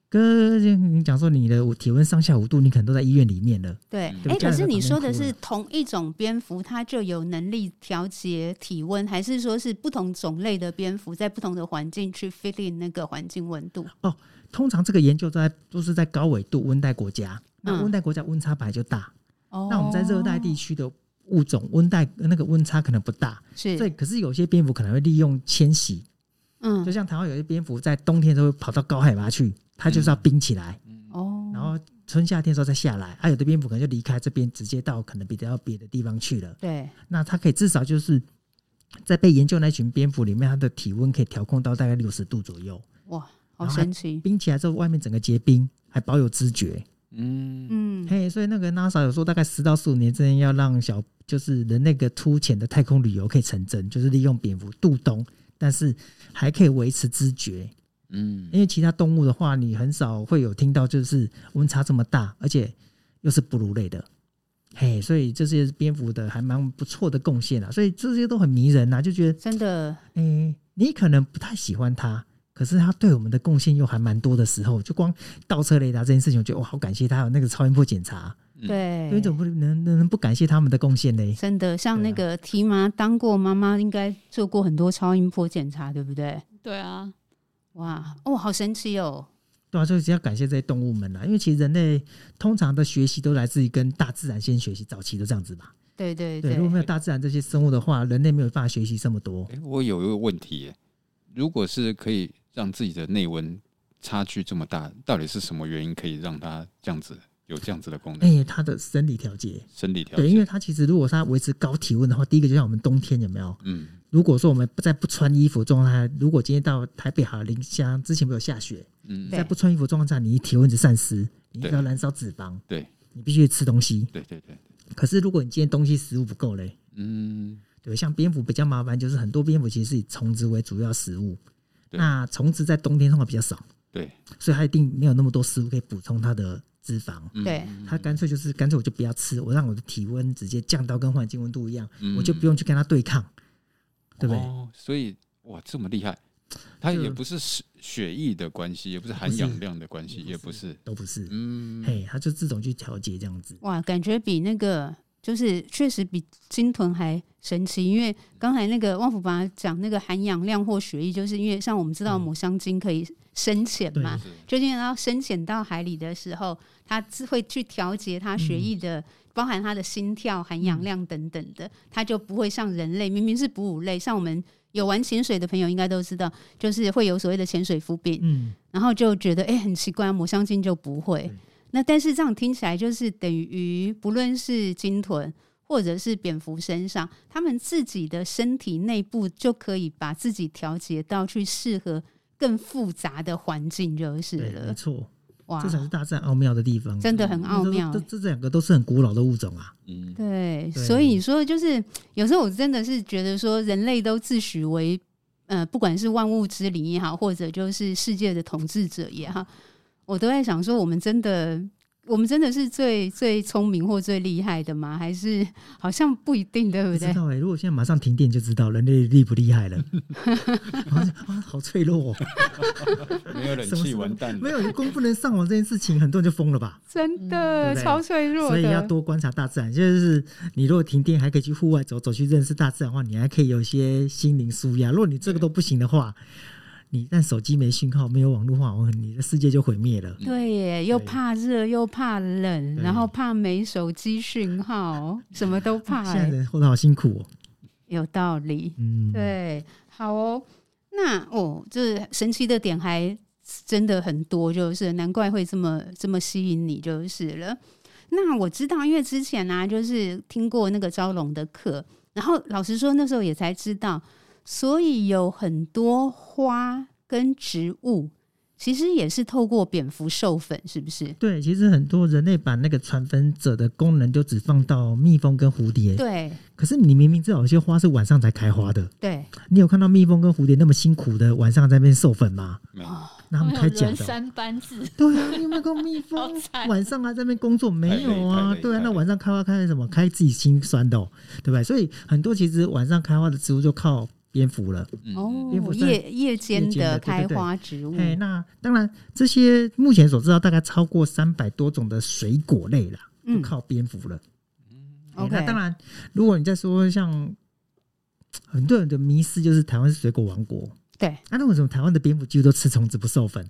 [SPEAKER 3] 跟你讲说你的体温上下五度，你可能都在医院里面了。
[SPEAKER 1] 对，
[SPEAKER 4] 嗯
[SPEAKER 1] 哎、
[SPEAKER 3] 对
[SPEAKER 1] 可是你说的
[SPEAKER 3] 家
[SPEAKER 1] 是
[SPEAKER 3] 人
[SPEAKER 1] 同一种蝙蝠，它就有能力调节体温，还是说是不同种类的蝙蝠在不同的环境去 fit in 那个环境温度？
[SPEAKER 3] 通常这个研究都在都是在高纬度温带国家，那
[SPEAKER 1] 嗯
[SPEAKER 3] 温带国家温差本来就大，
[SPEAKER 1] 哦
[SPEAKER 3] 那我们在热带地区的物种温带那个温差可能不大，所以
[SPEAKER 1] 是，
[SPEAKER 3] 可是有些蝙蝠可能会利用迁徙，就
[SPEAKER 1] 嗯，
[SPEAKER 3] 像台湾有些蝙蝠在冬天的时候会跑到高海拔去，它就是要冰起来，
[SPEAKER 1] 哦，
[SPEAKER 3] 然后春夏天的时候再下来，啊，有的蝙蝠可能就离开这边，直接到可能比较别的地方去了，
[SPEAKER 1] 对，
[SPEAKER 3] 那它可以至少就是。在被研究那群蝙蝠里面，它的体温可以调控到大概六十度左右。
[SPEAKER 1] 哇，好
[SPEAKER 3] 然后
[SPEAKER 1] 神奇，
[SPEAKER 3] 冰起来之后，外面整个结冰，还保有知觉。
[SPEAKER 4] 嗯，
[SPEAKER 1] 嗯，
[SPEAKER 3] 嘿，所以那个 NASA 有说，大概十到十五年之间要让小就是人类的粗浅的太空旅游可以成真，就是利用蝙蝠渡冬，但是还可以维持知觉。
[SPEAKER 4] 嗯，
[SPEAKER 3] 因为其他动物的话，你很少会有听到就是温差这么大，而且又是哺乳类的。嘿，所以这些蝙蝠的还蛮不错的贡献啊，所以这些都很迷人啊，就觉得
[SPEAKER 1] 真的，
[SPEAKER 3] 诶、你可能不太喜欢它，可是它对我们的贡献又还蛮多的时候，就光倒车雷达这件事情，我觉得哇，好感谢它有那个超音波检查。
[SPEAKER 4] 嗯
[SPEAKER 1] 对，
[SPEAKER 3] 有一种不能能能不感谢他们的贡献呢？
[SPEAKER 1] 真的，像
[SPEAKER 3] 对
[SPEAKER 1] 那
[SPEAKER 3] 啊
[SPEAKER 1] 个提妈当过妈妈，应该做过很多超音波检查，对不对？
[SPEAKER 2] 对啊，
[SPEAKER 1] 哇，哦，好神奇哦！
[SPEAKER 3] 对啊，所以只要感谢这些动物们啦，啊因为其实人类通常的学习都来自于跟大自然先学习，早期都这样子吧。
[SPEAKER 1] 对对
[SPEAKER 3] 对，如果没有大自然这些生物的话，人类没有办法学习这么多。
[SPEAKER 4] 哎，我有一个问题耶，如果是可以让自己的内温差距这么大，到底是什么原因可以让它这样子有这样子的功能？
[SPEAKER 3] 哎、它的生理调节，
[SPEAKER 4] 生理条
[SPEAKER 3] 对，因
[SPEAKER 4] 件，
[SPEAKER 3] 为它其实如果它维持高体温的话，第一个就像我们冬天有没有？
[SPEAKER 4] 嗯
[SPEAKER 3] 如果说我们不在不穿衣服状态，如果今天到台北好了零下，之前没有下雪，
[SPEAKER 4] 嗯，
[SPEAKER 1] 对
[SPEAKER 3] 在不穿衣服状况下，你体温一直散失，你一直
[SPEAKER 4] 对
[SPEAKER 3] 要燃烧脂肪，
[SPEAKER 4] 对
[SPEAKER 3] 你必须吃东西。
[SPEAKER 4] 对对对，
[SPEAKER 3] 可是如果你今天东西食物不够嘞，
[SPEAKER 4] 嗯
[SPEAKER 3] 对，像蝙蝠比较麻烦，就是很多蝙蝠其实是以虫子为主要食物，
[SPEAKER 4] 对
[SPEAKER 3] 那虫子在冬天通常比较少，
[SPEAKER 4] 对，
[SPEAKER 3] 所以它一定没有那么多食物可以补充它的脂肪。
[SPEAKER 4] 嗯
[SPEAKER 1] 对
[SPEAKER 3] 它干脆就是干脆我就不要吃，我让我的体温直接降到跟环境温度一样，
[SPEAKER 4] 嗯
[SPEAKER 3] 我就不用去跟它对抗，对不对？
[SPEAKER 4] 哦，所以哇，这么厉害，它
[SPEAKER 3] 就
[SPEAKER 4] 也不是血血液的关系，也不是含氧量的关系，也不是，
[SPEAKER 3] 都不是，
[SPEAKER 4] 嗯，
[SPEAKER 3] 嘿，它就自动去调节这样子。
[SPEAKER 1] 哇，感觉比那个就是确实比鲸豚还神奇，因为刚才那个旺福爸讲那个含氧量或血液，就是因为像我们知道
[SPEAKER 3] 嗯
[SPEAKER 1] 抹香鲸可以深潜嘛，
[SPEAKER 4] 是
[SPEAKER 1] 究竟要深潜到海里的时候，它是会去调节它血
[SPEAKER 3] 嗯
[SPEAKER 1] 液的，包含它的心跳、含氧量等等的，它就不会像人类，明明是哺乳类，像我们有玩潜水的朋友应该都知道，就是会有所谓的潜水夫病，
[SPEAKER 3] 嗯，
[SPEAKER 1] 然后就觉得哎、诶很奇怪，抹香鲸就不会
[SPEAKER 3] 对。
[SPEAKER 1] 那但是这样听起来就是等于不论是鲸豚或者是蝙蝠身上，他们自己的身体内部就可以把自己调节到去适合更复杂的环境就是
[SPEAKER 3] 嗯对，没
[SPEAKER 1] 了。
[SPEAKER 3] 错，
[SPEAKER 1] 哇
[SPEAKER 3] 这，才是大自然奥妙的地方。
[SPEAKER 1] 真的很奥
[SPEAKER 3] 因为
[SPEAKER 1] 妙欸
[SPEAKER 3] 这。这这两个都是很古老的物种啊。
[SPEAKER 4] 嗯，
[SPEAKER 1] 对，
[SPEAKER 3] 对
[SPEAKER 1] 所以你说就是有时候我真的是觉得说人类都自诩为呃，不管是万物之灵也好，或者就是世界的统治者也好，我都在想说我们真的我们真的是最最聪明或最厉害的吗？还是好像不一定，对
[SPEAKER 3] 不
[SPEAKER 1] 不
[SPEAKER 3] 知
[SPEAKER 1] 对？
[SPEAKER 3] 道哎、如果现在马上停电就知道人类厉不厉害 了。好像啊，好脆弱、哦，
[SPEAKER 4] 没有冷
[SPEAKER 3] 什么
[SPEAKER 4] 气
[SPEAKER 3] 什么
[SPEAKER 4] 完蛋了
[SPEAKER 3] 没。有功不能上网这件事情，很多人就疯了吧？
[SPEAKER 1] 真
[SPEAKER 3] 对
[SPEAKER 1] 的、
[SPEAKER 3] 不嗯对
[SPEAKER 1] 超脆弱
[SPEAKER 3] 所以要
[SPEAKER 1] 的，
[SPEAKER 3] 多观察大自然。就是你如果停电还可以去户外走走，去认识大自然的话，你还可以有一些心灵舒压。如果你这个都不行的话，你但手机没讯号、没有网络的话，我你的世界就毁灭了。
[SPEAKER 4] 嗯
[SPEAKER 1] 对耶，又
[SPEAKER 3] 对
[SPEAKER 1] 怕热又怕冷，
[SPEAKER 3] 对
[SPEAKER 1] 然后怕没手机讯号，什么都 怕
[SPEAKER 3] 现在
[SPEAKER 1] 耶，
[SPEAKER 3] 人活得好辛苦哦。
[SPEAKER 1] 有道理。
[SPEAKER 3] 嗯，，
[SPEAKER 1] 对，好哦。那哦，这神奇的点还真的很多，就是难怪会这么这么吸引你，就是了。那我知道，因为之前啊，就是听过那个招龙的课，然后老实说，那时候也才知道，所以有很多花跟植物，其实也是透过蝙蝠授粉，是不是？
[SPEAKER 3] 对，其实很多人类把那个传粉者的功能就只放到蜜蜂跟蝴蝶，
[SPEAKER 1] 对
[SPEAKER 3] 可是你明明知道有些花是晚上才开花的，
[SPEAKER 1] 对，
[SPEAKER 3] 你有看到蜜蜂跟蝴蝶那么辛苦的晚上在那边授粉吗？
[SPEAKER 4] 没有
[SPEAKER 3] 那他们开假
[SPEAKER 2] 人
[SPEAKER 3] 的哦、
[SPEAKER 2] 三 班制，
[SPEAKER 3] 对啊，你有没有跟蜜
[SPEAKER 2] 好
[SPEAKER 3] 蜂
[SPEAKER 2] 惨
[SPEAKER 3] 晚上还在那边工作？没有
[SPEAKER 4] 太
[SPEAKER 3] 啊，
[SPEAKER 4] 累
[SPEAKER 3] 对啊，
[SPEAKER 4] 太累
[SPEAKER 3] 那晚上开花开什么？开自己心酸的、哦，对不对？所以很多其实晚上开花的植物就靠蝙蝠了。
[SPEAKER 4] 嗯
[SPEAKER 1] 哦
[SPEAKER 3] 蝙蝠，在
[SPEAKER 1] 夜夜间
[SPEAKER 3] 间的
[SPEAKER 1] 的
[SPEAKER 3] 对对
[SPEAKER 1] 开
[SPEAKER 3] 对
[SPEAKER 1] 花植物，
[SPEAKER 3] 哎、那当然这些目前所知道大概超过三百多种的水果类啦，就
[SPEAKER 1] 嗯
[SPEAKER 3] 靠蝙蝠了。哎
[SPEAKER 1] OK
[SPEAKER 3] 那当然，如果你再说像很多人的迷思就是台湾是水果王国，啊
[SPEAKER 1] 对，
[SPEAKER 3] 那、那为什么台湾的蝙蝠几乎都吃虫子不授粉？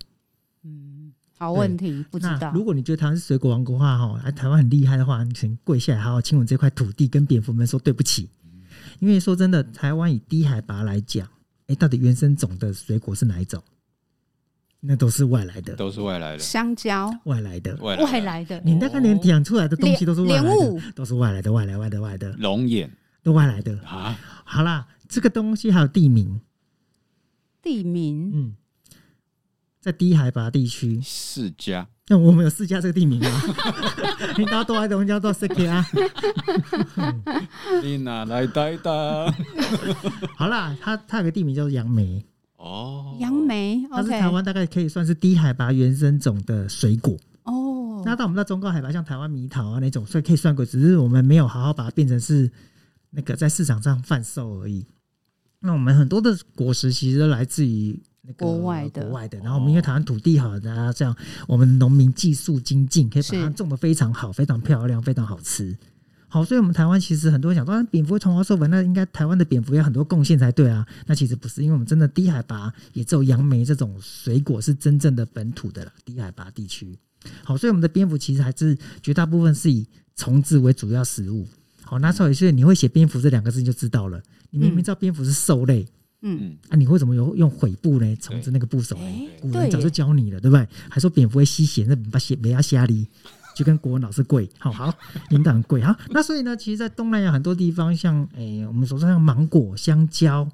[SPEAKER 1] 嗯，好问题，不知
[SPEAKER 3] 那
[SPEAKER 1] 道。
[SPEAKER 3] 如果你觉得台湾是水果王国的话，哈、啊，台湾很厉害的话，你请跪下来，好好亲吻这块土地，跟蝙蝠们说对不起。因为说真的，台湾以低海拔来讲，哎、到底原生种的水果是哪一种？那都是外来的，
[SPEAKER 4] 都哦是外来的，
[SPEAKER 1] 香蕉
[SPEAKER 3] 外来的。嗯
[SPEAKER 4] 外来
[SPEAKER 1] 外
[SPEAKER 4] 的
[SPEAKER 1] 来的
[SPEAKER 3] 你大概连养出来的东西都是外来
[SPEAKER 1] 莲雾
[SPEAKER 3] 的，都是外来的，外来外来外来的，
[SPEAKER 4] 龙眼
[SPEAKER 3] 都外来的。
[SPEAKER 4] 啊，
[SPEAKER 3] 好啦，这个东西还有地名，
[SPEAKER 1] 地名，
[SPEAKER 3] 嗯，在低海拔地区，
[SPEAKER 4] 世家
[SPEAKER 3] 那我们有四家这个地名吗？ 你大家都来的，我们叫做 CK 啊。
[SPEAKER 1] 啊
[SPEAKER 4] 你哪来呆 的？
[SPEAKER 3] 好啦，它它有个地名叫做杨梅，
[SPEAKER 4] 哦，
[SPEAKER 1] 杨梅
[SPEAKER 3] 它是
[SPEAKER 1] ，OK，
[SPEAKER 3] 台湾大概可以算是低海拔原生种的水果。
[SPEAKER 1] 哦，
[SPEAKER 3] 那到我们到中高海拔，像台湾猕桃啊那种，所以可以算过，只是我们没有好好把它变成是那个在市场上贩售而已。那我们很多的果实其实都来自于。那个
[SPEAKER 1] 国外的
[SPEAKER 3] 国外的，然后我们因为台湾土地好，然后这样我们农民技术精进，可以把它
[SPEAKER 1] 是
[SPEAKER 3] 种的非常好，非常漂亮，非常好吃。好，所以我们台湾其实很多人想说，啊蝙蝠从华授粉，那应该台湾的蝙蝠有很多贡献才对啊。那其实不是，因为我们真的低海拔也只有杨梅这种水果是真正的本土的啦，低海拔地区。好，所以我们的蝙蝠其实还是绝大部分是以虫子为主要食物。好，那所以是你会写蝙蝠这两个字你就知道了。你明明知道蝙蝠是兽类，
[SPEAKER 1] 嗯，
[SPEAKER 4] 嗯，
[SPEAKER 3] 啊，你为什么有用喙部呢？虫子那个部首呢？
[SPEAKER 1] 哎，
[SPEAKER 3] 古
[SPEAKER 1] 对
[SPEAKER 3] 人早就
[SPEAKER 1] 耶，
[SPEAKER 3] 教你了，对不对？还说蝙蝠会吸血，那把血没要虾哩，就跟国文老师跪，好好，领导很跪好。那所以呢，其实，在东南亚很多地方，像诶、我们所说像芒果、香蕉，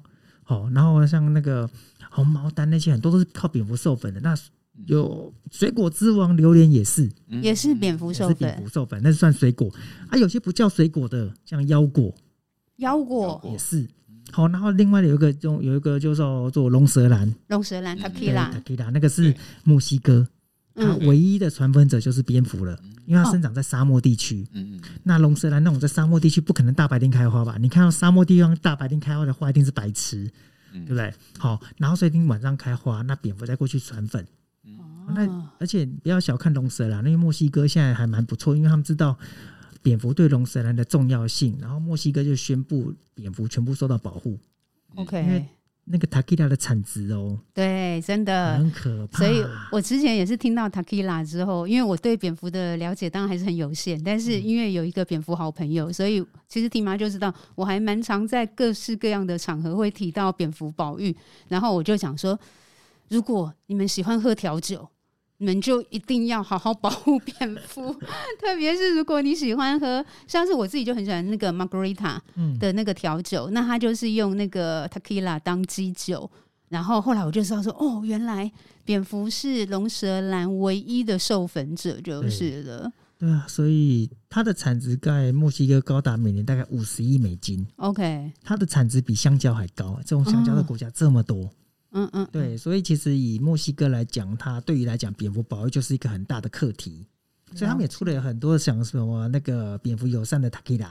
[SPEAKER 3] 哦，然后像那个红毛丹那些，很多都是靠蝙蝠授粉的。那有水果之王榴莲也是，
[SPEAKER 4] 嗯
[SPEAKER 1] 也是蝙蝠
[SPEAKER 3] 也
[SPEAKER 1] 授
[SPEAKER 3] 是蝙
[SPEAKER 1] 粉，
[SPEAKER 3] 蝠授粉，那是算水果啊。有些不叫水果的，像腰果
[SPEAKER 1] 腰
[SPEAKER 4] 腰
[SPEAKER 1] 果、
[SPEAKER 4] 果
[SPEAKER 3] 也是。好，然后另外有一个就有一个就叫做龙舌兰，
[SPEAKER 1] 龙舌兰、
[SPEAKER 4] 嗯
[SPEAKER 1] t a k
[SPEAKER 3] 对
[SPEAKER 1] i l
[SPEAKER 3] 塔
[SPEAKER 1] a
[SPEAKER 3] 基拉那个是
[SPEAKER 4] 对
[SPEAKER 3] 墨西哥，它
[SPEAKER 1] 嗯，哦
[SPEAKER 3] 唯一的传粉者就是蝙蝠了，因为它生长在沙漠地区。
[SPEAKER 4] 嗯嗯
[SPEAKER 3] 那龙舌兰那种在沙漠地区不可能大白天开花吧？你看到沙漠地方大白天开花的花一定是白痴，
[SPEAKER 4] 嗯
[SPEAKER 3] 对不对？好，然后所以一定晚上开花，那蝙蝠再过去传粉。那
[SPEAKER 1] 哦
[SPEAKER 3] 而且不要小看龙舌兰，因为墨西哥现在还蛮不错，因为他们知道蝙蝠对龙舌兰的重要性，然后墨西哥就宣布蝙蝠全部受到保护。因为
[SPEAKER 1] ，OK，
[SPEAKER 3] 那个塔基拉的产值哦，
[SPEAKER 1] 对，真的。
[SPEAKER 3] 很可怕。
[SPEAKER 1] 呃所以我之前也是听到 t a k i l a 之后，因为我对蝙蝠的了解当然还是很有限，但
[SPEAKER 3] 嗯
[SPEAKER 1] 是因为有一个蝙蝠好朋友，所以其实提妈就知道，我还蛮常在各式各样的场合会提到蝙蝠保育，然后我就想说，如果你们喜欢喝调酒。你们就一定要好好保护蝙 蝠，特别是如果你喜欢喝，像是我自己就很喜欢那个 Margarita，
[SPEAKER 3] 嗯，
[SPEAKER 1] 的那个调酒，那它就是用那个 tequila 当基酒。然后后来我就知道说，哦，原来蝙蝠是龙舌兰唯一的授粉者，就是了。
[SPEAKER 3] 对啊，所以它的产值在墨西哥高达每年大概五十亿美金，
[SPEAKER 1] OK，
[SPEAKER 3] 它的产值比香蕉还高。这种香蕉的国家这么多，
[SPEAKER 1] 嗯嗯，
[SPEAKER 3] 对，所以其实以墨西哥来讲，它对于来讲，蝙蝠保育就是一个很大的课题。所以他们也出了很多像什么那个蝙蝠友善的 Takila，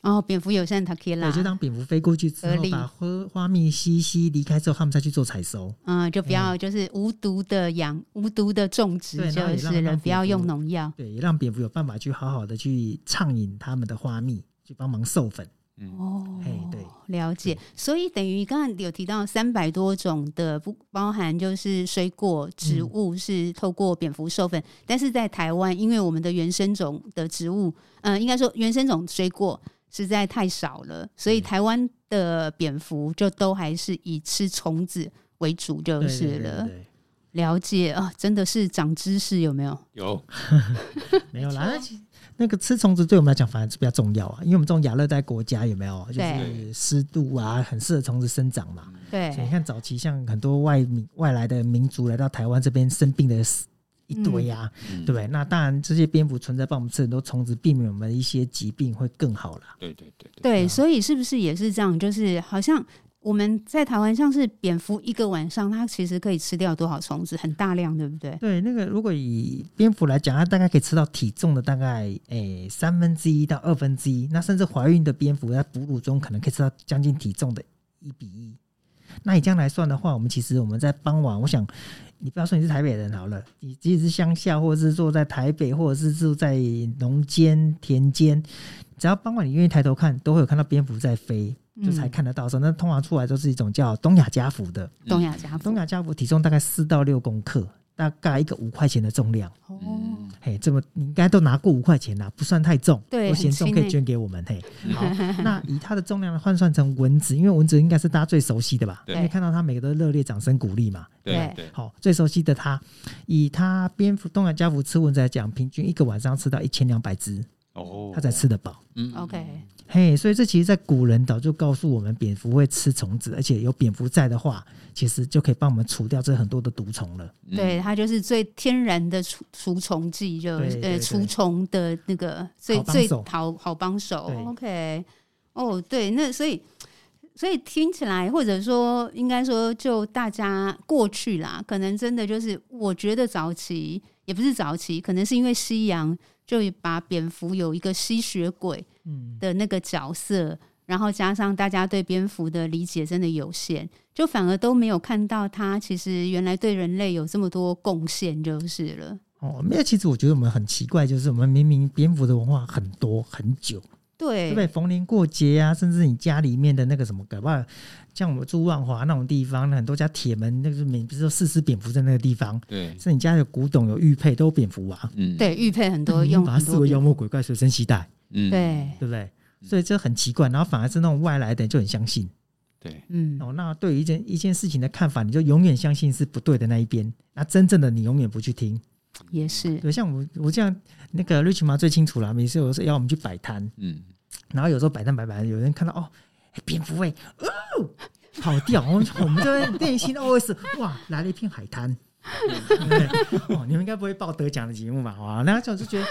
[SPEAKER 1] 哦，蝙蝠友善 t a k i l
[SPEAKER 3] 对，就
[SPEAKER 1] a
[SPEAKER 3] 当蝙蝠飞过去之
[SPEAKER 1] 合
[SPEAKER 3] 后，
[SPEAKER 1] 理
[SPEAKER 3] 把花花蜜吸吸离开之后，他们再去做采收。
[SPEAKER 1] 嗯，就不要就是无毒的养、无毒的种植
[SPEAKER 3] 对然后
[SPEAKER 1] 就
[SPEAKER 3] 也让
[SPEAKER 1] 是
[SPEAKER 3] 它
[SPEAKER 1] 了，
[SPEAKER 3] 们
[SPEAKER 1] 不要
[SPEAKER 3] 复
[SPEAKER 1] 用
[SPEAKER 3] 苏
[SPEAKER 1] 农药。
[SPEAKER 3] 对，也让蝙蝠有办法去好好的去畅饮他们的花蜜，去帮忙授粉。
[SPEAKER 1] 哦
[SPEAKER 3] 嘿对，
[SPEAKER 1] 了解。所以等于刚刚有提到三百多种的，不包含就是水果、植物是透过蝙蝠授粉，但是在台湾，因为我们的原生种的植物，嗯、应该说原生种水果实在太少了，所
[SPEAKER 3] 嗯
[SPEAKER 1] 以台湾的蝙蝠就都还是以吃虫子为主就
[SPEAKER 3] 对对
[SPEAKER 1] 是
[SPEAKER 3] 对
[SPEAKER 1] 了。
[SPEAKER 3] 对
[SPEAKER 1] 了解啊，真的是长知识有没有？
[SPEAKER 4] 有
[SPEAKER 3] 对没有啦。那其那个吃虫子对我们来讲反而是比较重要啊，因为我们这种亚热带国家有没有就
[SPEAKER 1] 对
[SPEAKER 3] 是湿度啊，很适合虫子生长嘛。
[SPEAKER 1] 对
[SPEAKER 3] 所以你看早期像很多外民外来的民族来到台湾这边生病的是一堆呀、啊，
[SPEAKER 4] 嗯
[SPEAKER 3] 对不对？那当然这些蝙蝠存在帮我们吃很多虫子，避免我们一些疾病会更好啦。
[SPEAKER 4] 对对对对，
[SPEAKER 3] 嗯
[SPEAKER 1] 对，所以是不是也是这样？就是好像我们在台湾，像是蝙蝠一个晚上，它其实可以吃掉多少虫子，很大量，对不对？
[SPEAKER 3] 对，那个如果以蝙蝠来讲，它大概可以吃到体重的大概诶三分之一到二分之一，那甚至怀孕的蝙蝠在哺乳中可能可以吃到将近体重的一比一。那你这样来算的话，我们其实我们在傍晚，我想你不要说你是台北人好了，你即使是乡下，或者是住在台北，或者是住在农间、田间，只要傍晚你愿意抬头看，都会有看到蝙蝠在飞，就才
[SPEAKER 1] 嗯
[SPEAKER 3] 看得到的时候。那通常出来都是一种叫东亚家蝠的，
[SPEAKER 1] 东亚家
[SPEAKER 3] 东
[SPEAKER 1] 蝠
[SPEAKER 3] 亚家蝠体重大概四到六公克，大概一个五块钱的重量。
[SPEAKER 1] 哦，
[SPEAKER 4] 嗯，
[SPEAKER 3] 嘿，这么你应该都拿过五块钱啦，不算太重，
[SPEAKER 1] 对
[SPEAKER 3] 我嫌
[SPEAKER 1] 很
[SPEAKER 3] 重
[SPEAKER 1] 轻
[SPEAKER 3] 可以
[SPEAKER 1] 欸
[SPEAKER 3] 捐给我们。嘿，
[SPEAKER 4] 嗯
[SPEAKER 3] 好，那以它的重量换算成蚊子，因为蚊子应该是大家最熟悉的吧？
[SPEAKER 4] 对
[SPEAKER 3] 因为看到它每个都热烈掌声鼓励嘛。
[SPEAKER 4] 对对，
[SPEAKER 3] 好，最熟悉的它，以它蝙蝠东亚家蝠吃蚊子来讲，平均一个晚上吃到一千两百只，
[SPEAKER 4] 哦，
[SPEAKER 3] 它才吃得饱。
[SPEAKER 4] 嗯
[SPEAKER 1] OK
[SPEAKER 3] 嘿，所以这其实，在古人早就告诉我们，蝙蝠会吃虫子，而且有蝙蝠在的话，其实就可以帮我们除掉这很多的毒虫了。
[SPEAKER 4] 嗯
[SPEAKER 1] 对，它就是最天然的除除虫剂，就
[SPEAKER 3] 对
[SPEAKER 1] 是
[SPEAKER 3] 对
[SPEAKER 1] 呃
[SPEAKER 3] 对
[SPEAKER 1] 除虫的那个最
[SPEAKER 3] 好帮
[SPEAKER 1] 最
[SPEAKER 3] 手
[SPEAKER 1] 好好帮手
[SPEAKER 3] 对。
[SPEAKER 1] OK，哦，对，那所以所以听起来，或者说应该说，就大家过去啦，可能真的就是，我觉得早期也不是早期，可能是因为西洋就把蝙蝠有一个吸血鬼
[SPEAKER 3] 嗯，
[SPEAKER 1] 的那个角色，然后加上大家对蝙蝠的理解真的有限，就反而都没有看到它其实原来对人类有这么多贡献，就是了。
[SPEAKER 3] 哦，没有。其实我觉得我们很奇怪，就是我们明明蝙蝠的文化很多很久，
[SPEAKER 1] 对
[SPEAKER 3] 对不对？逢年过节啊，甚至你家里面的那个什么，搞不好像我们住万华那种地方，那很多家铁门，那个是每不是说四只蝙蝠在那个地方，
[SPEAKER 4] 对，
[SPEAKER 3] 是你家有古董有玉佩都有蝙蝠啊，
[SPEAKER 4] 嗯
[SPEAKER 1] 对，玉佩很多
[SPEAKER 3] 你
[SPEAKER 1] 用
[SPEAKER 3] 把它
[SPEAKER 1] 很
[SPEAKER 3] 视
[SPEAKER 1] 多
[SPEAKER 3] 为
[SPEAKER 1] 遍，
[SPEAKER 3] 妖魔鬼怪随身携带，
[SPEAKER 4] 嗯
[SPEAKER 1] 对，
[SPEAKER 3] 对不对？所以这很奇怪，然后反而是那种外来的就很相信
[SPEAKER 4] 对，
[SPEAKER 1] 嗯，
[SPEAKER 3] 哦。那对于一件一件事情的看法，你就永远相信是不对的那一边，那真正的你永远不去听。
[SPEAKER 1] 也是，
[SPEAKER 3] 对，像我我这样那个 Rich 妈最清楚啦，每次有时候要我们去摆摊，
[SPEAKER 4] 嗯
[SPEAKER 3] 然后有时候摆摊摆摆，有人看到哦，哎蝙蝠哎、哦，跑掉，我们我们就会内心 OS 哇，来了一片海滩。 对不对哦，你们应该不会报得奖的节目吧？哇，那就就觉得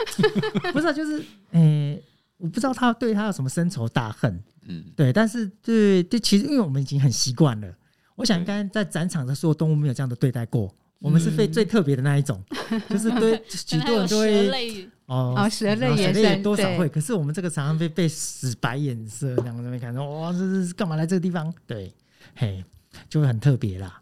[SPEAKER 3] 不是啊、就是诶、我不知道他对他有什么深仇大恨，
[SPEAKER 4] 嗯
[SPEAKER 3] 对，但是对对，其实因为我们已经很习惯了，我想应该在展场的所有动物没有这样的对待过，我们是最最特别的那一种，就是对许多人都会
[SPEAKER 2] 会
[SPEAKER 3] 哦
[SPEAKER 1] 哦蛇类
[SPEAKER 3] 然后
[SPEAKER 1] 也
[SPEAKER 3] 蛇类
[SPEAKER 1] 算
[SPEAKER 3] 多少
[SPEAKER 1] 对
[SPEAKER 3] 会，可是我们这个常常被被使白眼色，两个人被看说哇，这是干嘛来这个地方？对，嘿，就会很特别啦。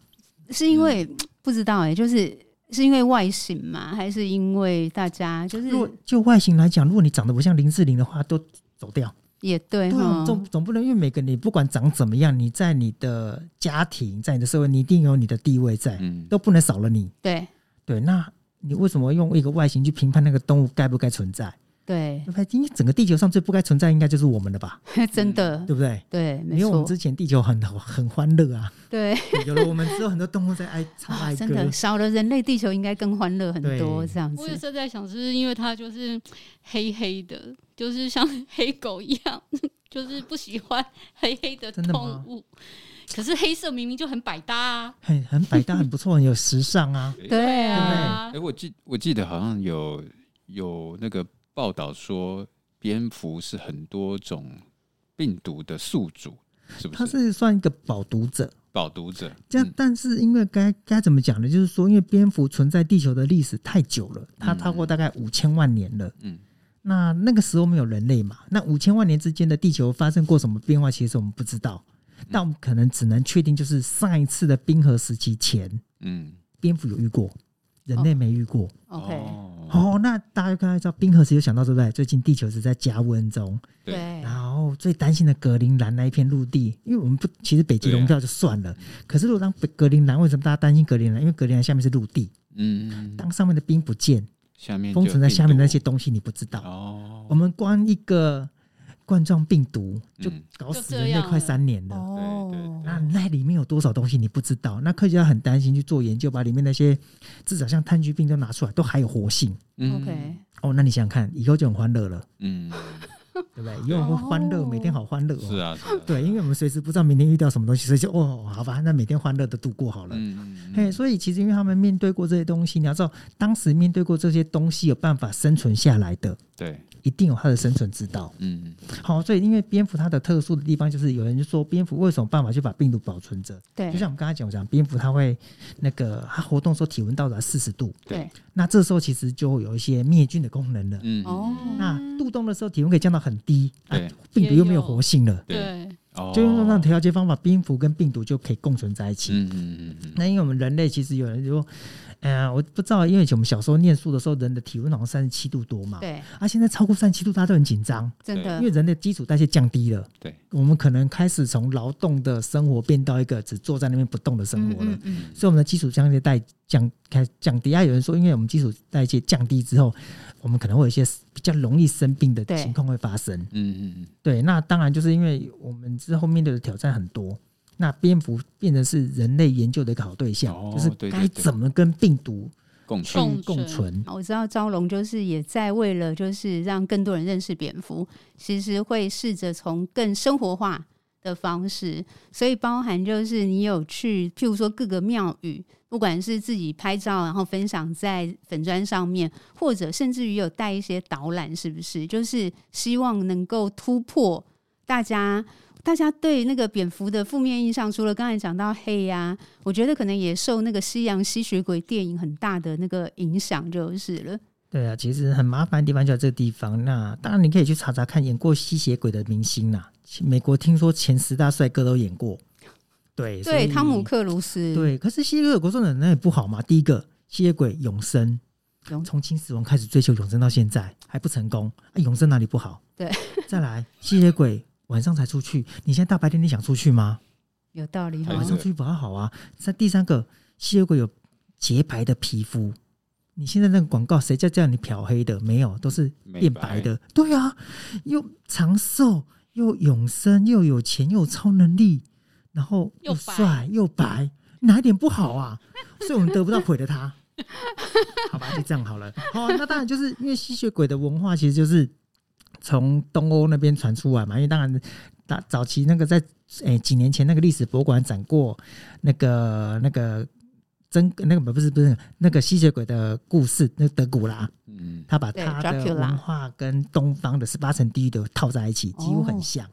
[SPEAKER 1] 是因为
[SPEAKER 3] 嗯
[SPEAKER 1] 不知道哎、就是是因为外形嘛，还是因为大家就是
[SPEAKER 3] 如果就外形来讲，如果你长得不像林志玲的话，都走掉。
[SPEAKER 1] 也对
[SPEAKER 3] 对啊
[SPEAKER 1] 哈，，
[SPEAKER 3] 总总不能因为每个你不管长怎么样，你在你的家庭，在你的社会，你一定有你的地位在，
[SPEAKER 4] 嗯，
[SPEAKER 3] 都不能少了你。
[SPEAKER 1] 对
[SPEAKER 3] 对，那你为什么用一个外形去评判那个动物该不该存在？
[SPEAKER 1] 对
[SPEAKER 3] 对，不对？因为整个地球上最不该存在应该就是我们了吧，
[SPEAKER 1] 真的
[SPEAKER 3] 对不对？
[SPEAKER 1] 对，没
[SPEAKER 3] 因为嗯我们
[SPEAKER 1] 错，
[SPEAKER 3] 之前地球很很欢乐啊，
[SPEAKER 1] 对，
[SPEAKER 3] 有了我们之后，很多动物在爱唱
[SPEAKER 1] 啊
[SPEAKER 3] 爱
[SPEAKER 1] 真
[SPEAKER 3] 歌
[SPEAKER 1] 的，少了人类，地球应该更欢乐很
[SPEAKER 3] 对
[SPEAKER 1] 多这样
[SPEAKER 2] 我也
[SPEAKER 1] 子。
[SPEAKER 2] 是在想，是因为它就是黑黑的，就是像黑狗一样， 就是不喜欢黑黑的
[SPEAKER 3] 真的吗
[SPEAKER 2] 动物。可是黑色明明就很百搭啊，
[SPEAKER 3] 很很百搭，很不错，很有时尚啊。
[SPEAKER 1] 对
[SPEAKER 2] 啊
[SPEAKER 4] 哎，，我记我记得好像有有那个报道说，蝙蝠是很多种病毒的宿主，是不
[SPEAKER 3] 它
[SPEAKER 4] 是？
[SPEAKER 3] 是算一个饱读者，
[SPEAKER 4] 饱读者，
[SPEAKER 3] 这样，
[SPEAKER 4] 嗯
[SPEAKER 3] 但是因为该该怎么讲呢？就是说，因为蝙蝠存在地球的历史太久了，它超过大概五千万年了。
[SPEAKER 4] 嗯，
[SPEAKER 3] 那那个时候没有人类嘛？那五千万年之间的地球发生过什么变化？其实我们不知道，但我们可能只能确定，就是上一次的冰河时期前，
[SPEAKER 4] 嗯
[SPEAKER 3] 蝙蝠有遇过，人类没遇过。
[SPEAKER 1] OK，、
[SPEAKER 4] 哦，
[SPEAKER 3] 哦，那大家就看到知道冰河时期就想到对不对？最近地球是在加温中，
[SPEAKER 4] 对，
[SPEAKER 1] 对，
[SPEAKER 3] 然后最担心的格陵兰那一片陆地，因为我们不，其实北极融掉就算了，可是如果当北格陵兰，为什么大家担心格陵兰？因为格陵兰下面是陆地，
[SPEAKER 4] 嗯，
[SPEAKER 3] 当上面的冰不见，
[SPEAKER 4] 下面就
[SPEAKER 3] 封存在下面的那些
[SPEAKER 4] 病
[SPEAKER 3] 东西你不知道。
[SPEAKER 4] 毒哦
[SPEAKER 3] 我，们光一个冠状病毒就
[SPEAKER 4] 嗯
[SPEAKER 3] 搞死
[SPEAKER 2] 就这
[SPEAKER 3] 人类
[SPEAKER 2] 样了
[SPEAKER 3] 快三年了。
[SPEAKER 4] 对对
[SPEAKER 3] 那那里面有多少东西你不知道？那科学家很担心去做研究，把里面那些至少像炭疽病都拿出来，都还有活性。
[SPEAKER 4] 嗯
[SPEAKER 1] OK，
[SPEAKER 3] 哦，那你想想看，以后就很欢乐了，
[SPEAKER 4] 嗯，
[SPEAKER 3] 对不对？以后会欢乐，
[SPEAKER 1] 哦
[SPEAKER 3] 每天好欢乐、哦。
[SPEAKER 4] 是啊，是啊
[SPEAKER 3] 对，因为我们随时不知道明天遇到什么东西，所以就哦，好吧，那每天欢乐的度过好了。
[SPEAKER 4] 嗯，
[SPEAKER 3] 嘿，所以其实因为他们面对过这些东西，你要知道，当时面对过这些东西有办法生存下来的，
[SPEAKER 4] 对，
[SPEAKER 3] 一定有他的生存之道。
[SPEAKER 4] 嗯
[SPEAKER 3] 好，所以因为蝙蝠它的特殊的地方，就是有人就说蝙蝠为什么办法去把病毒保存着？
[SPEAKER 1] 对，
[SPEAKER 3] 就像我们刚才讲讲，蝙蝠它会那个它活动的时候体温到达四十度，
[SPEAKER 1] 对，
[SPEAKER 3] 那这时候其实就会有一些灭菌的功能了。
[SPEAKER 4] 嗯，
[SPEAKER 1] 哦，
[SPEAKER 3] 那度冬的时候体温可以降到很低，啊
[SPEAKER 4] 对，
[SPEAKER 3] 病毒又没有活性了。
[SPEAKER 4] 对
[SPEAKER 2] 对，
[SPEAKER 4] 哦
[SPEAKER 3] 就用这种调节方法，蝙蝠跟病毒就可以共存在一起。
[SPEAKER 4] 嗯嗯嗯嗯，
[SPEAKER 3] 那因为我们人类其实有人就说，哎、呀，我不知道，因为以前我们小时候念书的时候，人的体温好像三十七度多嘛，
[SPEAKER 1] 对，嗯
[SPEAKER 3] 啊，现在超过三十七度，大家都很紧张，
[SPEAKER 1] 真
[SPEAKER 3] 因
[SPEAKER 1] 的
[SPEAKER 3] 为人的基础代谢降低了。
[SPEAKER 1] 嗯
[SPEAKER 4] 对，
[SPEAKER 3] 我们可能开始从劳动的生活变到一个只坐在那边不动的生活了，
[SPEAKER 1] 嗯嗯嗯
[SPEAKER 3] 所以我们的基础代谢代降开始降低。啊，有人说，因为我们基础代谢降低之后，我们可能会有一些比较容易生病的
[SPEAKER 1] 对
[SPEAKER 3] 情况会发生。
[SPEAKER 4] 嗯嗯
[SPEAKER 3] 对，那当然就是因为我们之后面对的挑战很多，那蝙蝠变成是人类研究的一个好对象，
[SPEAKER 4] 哦
[SPEAKER 3] 就是
[SPEAKER 4] 对对
[SPEAKER 3] 该
[SPEAKER 4] 对
[SPEAKER 3] 怎么跟病毒
[SPEAKER 4] 共
[SPEAKER 3] 去
[SPEAKER 4] 存，
[SPEAKER 2] 共存
[SPEAKER 3] 共存。
[SPEAKER 1] 啊我知道招龙就是也在为了就是让更多人认识蝙蝠，其实会试着从更生活化的方式，所以包含就是你有去，譬如说各个庙宇，不管是自己拍照然后分享在粉砖上面，或者甚至于有带一些导览，是不是？就是希望能够突破大家。大家对那个蝙蝠的负面印象，除了刚才讲到黑啊呀、我觉得可能也受那个西洋吸血鬼电影很大的那个影响，就是了。
[SPEAKER 3] 对啊，其实很麻烦的地方就在这个地方。那当然你可以去查查看演过吸血鬼的明星啦、美国听说前十大帅哥都演过，对所
[SPEAKER 1] 对，
[SPEAKER 3] 以
[SPEAKER 1] 汤姆克鲁斯，，
[SPEAKER 3] 对，可是吸血鬼说的那也不好嘛。第一个，吸血鬼永生
[SPEAKER 1] 永，
[SPEAKER 3] 从秦始皇开始追求永生到现在还不成功，啊、永生哪里不好？
[SPEAKER 1] 对，
[SPEAKER 3] 再来，吸血鬼晚上才出去，你现在大白天你想出去吗？
[SPEAKER 1] 有道理哈
[SPEAKER 4] 还
[SPEAKER 3] 晚
[SPEAKER 4] 有
[SPEAKER 3] 上
[SPEAKER 4] 这
[SPEAKER 3] 出去不太好啊。再第三个，吸血鬼有洁白的皮肤。你现在那个广告，谁叫叫你漂黑的？没有，都是
[SPEAKER 4] 美
[SPEAKER 3] 变
[SPEAKER 4] 白
[SPEAKER 3] 白的。对啊，又长寿，又永生，又有钱，又有超能力，然后
[SPEAKER 2] 又
[SPEAKER 3] 又
[SPEAKER 2] 白
[SPEAKER 3] 帅又白，哪一点不好啊？所以我们得不到，毁了他。好吧，就这样好了。哦，那当然就是因为吸血鬼的文化其实就是从东欧那边传出来嘛，因为当然早早期那个在诶、几年前那个历史博物馆展过那个那个真那个不是不是那个吸血鬼的故事，那个德古拉
[SPEAKER 4] 嗯
[SPEAKER 3] 他把
[SPEAKER 1] 对
[SPEAKER 3] 他
[SPEAKER 1] Dracula
[SPEAKER 3] 的文化跟东方的十八层地狱都套在一起，几乎很像。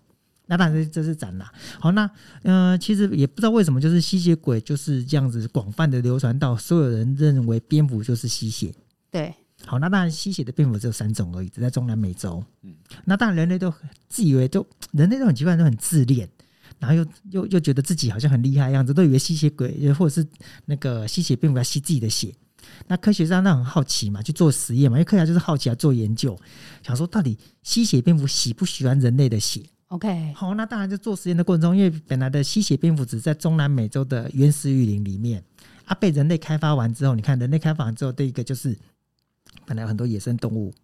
[SPEAKER 3] 那当然这是展啦。好，那呃，其实也不知道为什么，就是吸血鬼就是这样子广泛的流传到所有人认为蝙蝠就是吸血。
[SPEAKER 1] 对，
[SPEAKER 3] 好，那当然吸血的蝙蝠只有三种而已，只在中南美洲。
[SPEAKER 4] 嗯
[SPEAKER 3] 嗯，那当然人类都自以为都人类都很奇怪，都很自恋，然后又又又觉得自己好像很厉害的样子，都以为吸血鬼或者是那个吸血蝙蝠要吸自己的血。那科学家那很好奇嘛，去做实验嘛，因为科学家就是好奇啊，做研究，想说到底吸血蝙蝠喜不喜欢人类的血？
[SPEAKER 1] ，OK，
[SPEAKER 3] 好，那当然就做实验的过程中，因为本来的吸血蝙蝠只在中南美洲的原始雨林里面，啊，被人类开发完之后，你看人类开发完之后，第一个就是本来有很多野生动物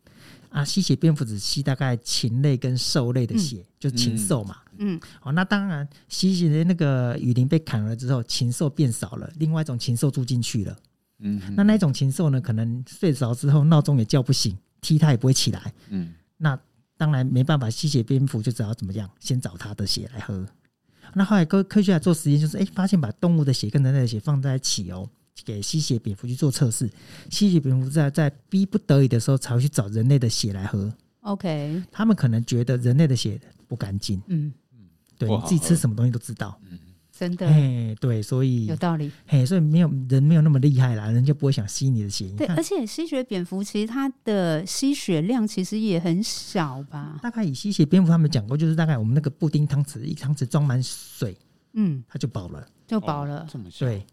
[SPEAKER 3] 啊，吸血蝙蝠只吸大概禽类跟兽类的血，就是禽兽嘛。
[SPEAKER 1] 嗯，
[SPEAKER 3] 好，那当然吸血的那个雨林被砍了之后，禽兽变少了，另外一种禽兽住进去了。
[SPEAKER 4] 嗯，
[SPEAKER 3] 那那一种禽兽呢，可能睡着之后闹钟也叫不醒，踢它也不会起来。
[SPEAKER 4] 嗯
[SPEAKER 3] 那当然没办法，吸血蝙蝠就只好怎么样，先找它的血来喝。那后来科科学家做实验，就是哎、诶发现把动物的血跟人类的血放在一起哦，给吸血蝙蝠去做测试。吸血蝙蝠在在逼不得已的时候才会去找人类的血来喝，
[SPEAKER 1] ，OK，
[SPEAKER 3] 他们可能觉得人类的血不干净，
[SPEAKER 1] 嗯，
[SPEAKER 3] 对
[SPEAKER 4] 不
[SPEAKER 3] 你
[SPEAKER 4] 好
[SPEAKER 3] 自己吃
[SPEAKER 4] 喝
[SPEAKER 3] 什么东西都知道。
[SPEAKER 1] 真的、
[SPEAKER 3] 哎，对，所以
[SPEAKER 1] 有道理。
[SPEAKER 3] 嘿，所以没有人没有那么厉害啦，人就不会想吸你的血。你
[SPEAKER 1] 对，
[SPEAKER 3] 看
[SPEAKER 1] 而且吸血蝙蝠其实它的吸血量其实也很小吧？
[SPEAKER 3] 大概以吸血蝙蝠他们讲过，就是大概我们那个布丁汤匙，一汤匙装满水，
[SPEAKER 1] 嗯，
[SPEAKER 3] 它就饱了。
[SPEAKER 1] 就饱了。
[SPEAKER 4] 哦这么小，
[SPEAKER 3] 对，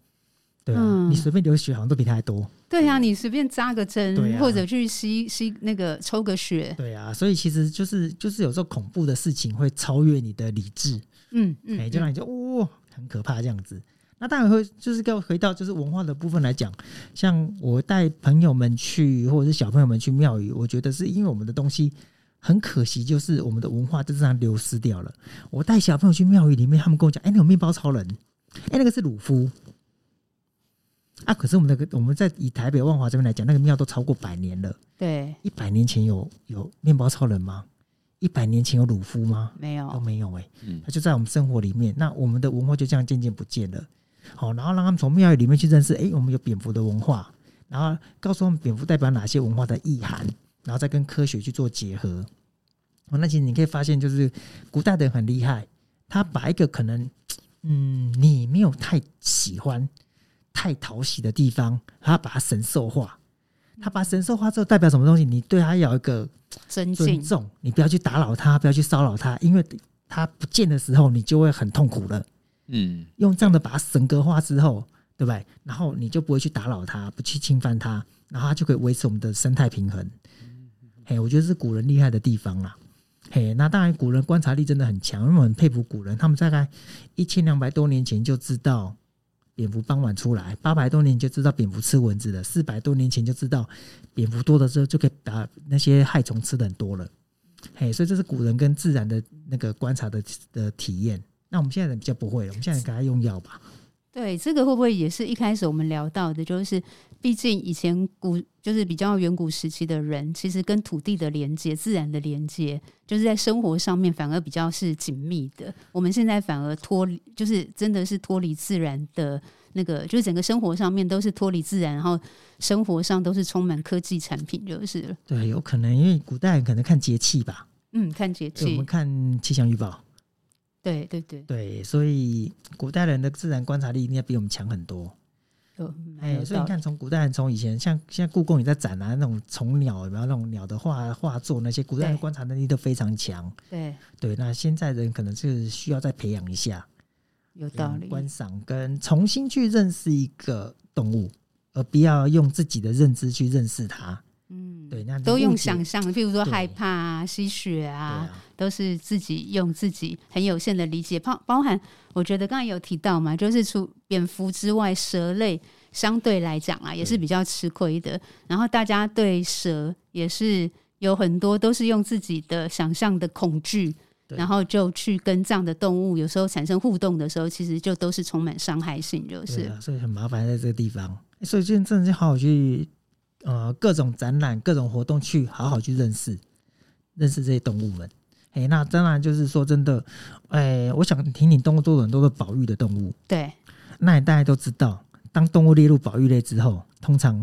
[SPEAKER 3] 对啊，
[SPEAKER 1] 嗯
[SPEAKER 3] 你随便流血好像都比它还多。
[SPEAKER 1] 对呀、你随便扎个针，
[SPEAKER 3] 啊对啊
[SPEAKER 1] 或者去吸吸那个抽个血，
[SPEAKER 3] 对啊，所以其实就是就是有时候恐怖的事情会超越你的理智，
[SPEAKER 1] 嗯
[SPEAKER 3] 哎、
[SPEAKER 1] 嗯，
[SPEAKER 3] 就让
[SPEAKER 1] 嗯
[SPEAKER 3] 你就哇、哦、很可怕这样子。那当然会就是要回到就是文化的部分来讲，像我带朋友们去或者是小朋友们去庙宇，我觉得是因为我们的东西很可惜，就是我们的文化就这样流失掉了。我带小朋友去庙宇里面，他们跟我讲，哎、那有面包超人，哎、那个是鲁夫。啊！可是我们那个我们在以台北万华这边来讲，那个庙都超过百年了。
[SPEAKER 1] 对，
[SPEAKER 3] 一百年前有有面包超人吗？一百年前有鲁夫吗？
[SPEAKER 1] 没有，
[SPEAKER 3] 都没有哎、
[SPEAKER 4] 嗯
[SPEAKER 3] 它，就在我们生活里面。那我们的文化就这样渐渐不见了。好，然后让他们从庙宇里面去认识，哎、我们有蝙蝠的文化，然后告诉他们蝙蝠代表哪些文化的意涵，然后再跟科学去做结合。哦，那其实你可以发现，就是古代的人很厉害，他把一个可能，嗯，你没有太喜欢、太讨喜的地方，他把它神兽化。他把神兽化之后代表什么东西？你对他要有一个
[SPEAKER 1] 尊
[SPEAKER 3] 尊
[SPEAKER 1] 敬，
[SPEAKER 3] 重，你不要去打扰他，不要去骚扰他，因为他不见的时候，你就会很痛苦了。
[SPEAKER 4] 嗯，
[SPEAKER 3] 用这样的把它神格化之后，对不对？然后你就不会去打扰他，不去侵犯他，然后他就可以维持我们的生态平衡。嘿，我觉得是古人厉害的地方啦。嘿，那当然，古人观察力真的很强，因为我很佩服古人，他们大概一千两百多年前就知道蝙蝠傍晚出来，八百多年就知道蝙蝠吃蚊子了，四百多年前就知道蝙蝠多的时候就可以把那些害虫吃的很多了。嘿，所以这是古人跟自然的那个观察的的体验。那我们现在人比较不会了，我们现在人给他用药吧。
[SPEAKER 1] 对，这个会不会也是一开始我们聊到的？就是，毕竟以前古就是比较远古时期的人，其实跟土地的连接、自然的连接，就是在生活上面反而比较是紧密的。我们现在反而脱离，就是真的是脱离自然的那个，就是整个生活上面都是脱离自然，然后生活上都是充满科技产品，就是了。
[SPEAKER 3] 对，有可能因为古代人可能看节气吧，
[SPEAKER 1] 嗯，看节
[SPEAKER 3] 所以哎我
[SPEAKER 1] 气
[SPEAKER 3] 们，看气象预报。
[SPEAKER 1] 对对对，
[SPEAKER 3] 对，所以古代人的自然观察力应该比我们强很多。
[SPEAKER 1] 有蛮
[SPEAKER 3] 哎、
[SPEAKER 1] 有
[SPEAKER 3] 所以
[SPEAKER 1] 道理。
[SPEAKER 3] 你看，从古代人从以前，像现在故宫也在展啊，那种虫鸟有没有那种鸟的画画作那些，古代人
[SPEAKER 1] 对
[SPEAKER 3] 观察能力都非常强。
[SPEAKER 1] 对，
[SPEAKER 3] 对，那现在人可能是需要再培养一下，
[SPEAKER 1] 有道理。
[SPEAKER 3] 观赏跟重新去认识一个动物，而不要用自己的认知去认识它。
[SPEAKER 1] 嗯，
[SPEAKER 3] 对，那你
[SPEAKER 1] 都
[SPEAKER 3] 误
[SPEAKER 1] 用
[SPEAKER 3] 解
[SPEAKER 1] 想象，譬如说
[SPEAKER 3] 对
[SPEAKER 1] 害怕啊、吸血
[SPEAKER 3] 对
[SPEAKER 1] 啊，
[SPEAKER 3] 啊，
[SPEAKER 1] 都是自己用自己很有限的理解，包包含我觉得刚才有提到嘛，就是除蝙蝠之外，蛇类相对来讲啊也是比较吃亏的。然后大家对蛇也是有很多都是用自己的想象的恐惧，
[SPEAKER 3] 对
[SPEAKER 1] 然后就去跟这样的动物有时候产生互动的时候，其实就都是充满伤害性，就
[SPEAKER 3] 对
[SPEAKER 1] 是
[SPEAKER 3] 啊，所以很麻烦在这个地方。所以今天真的是好好去，呃，各种展览、各种活动去好好去认识，认识这些动物们。哎，那当然就是说真的，哎，我想提醒动物做了很多的保育的动物。
[SPEAKER 1] 对
[SPEAKER 3] 那你大家都知道，当动物列入保育类之后，通常，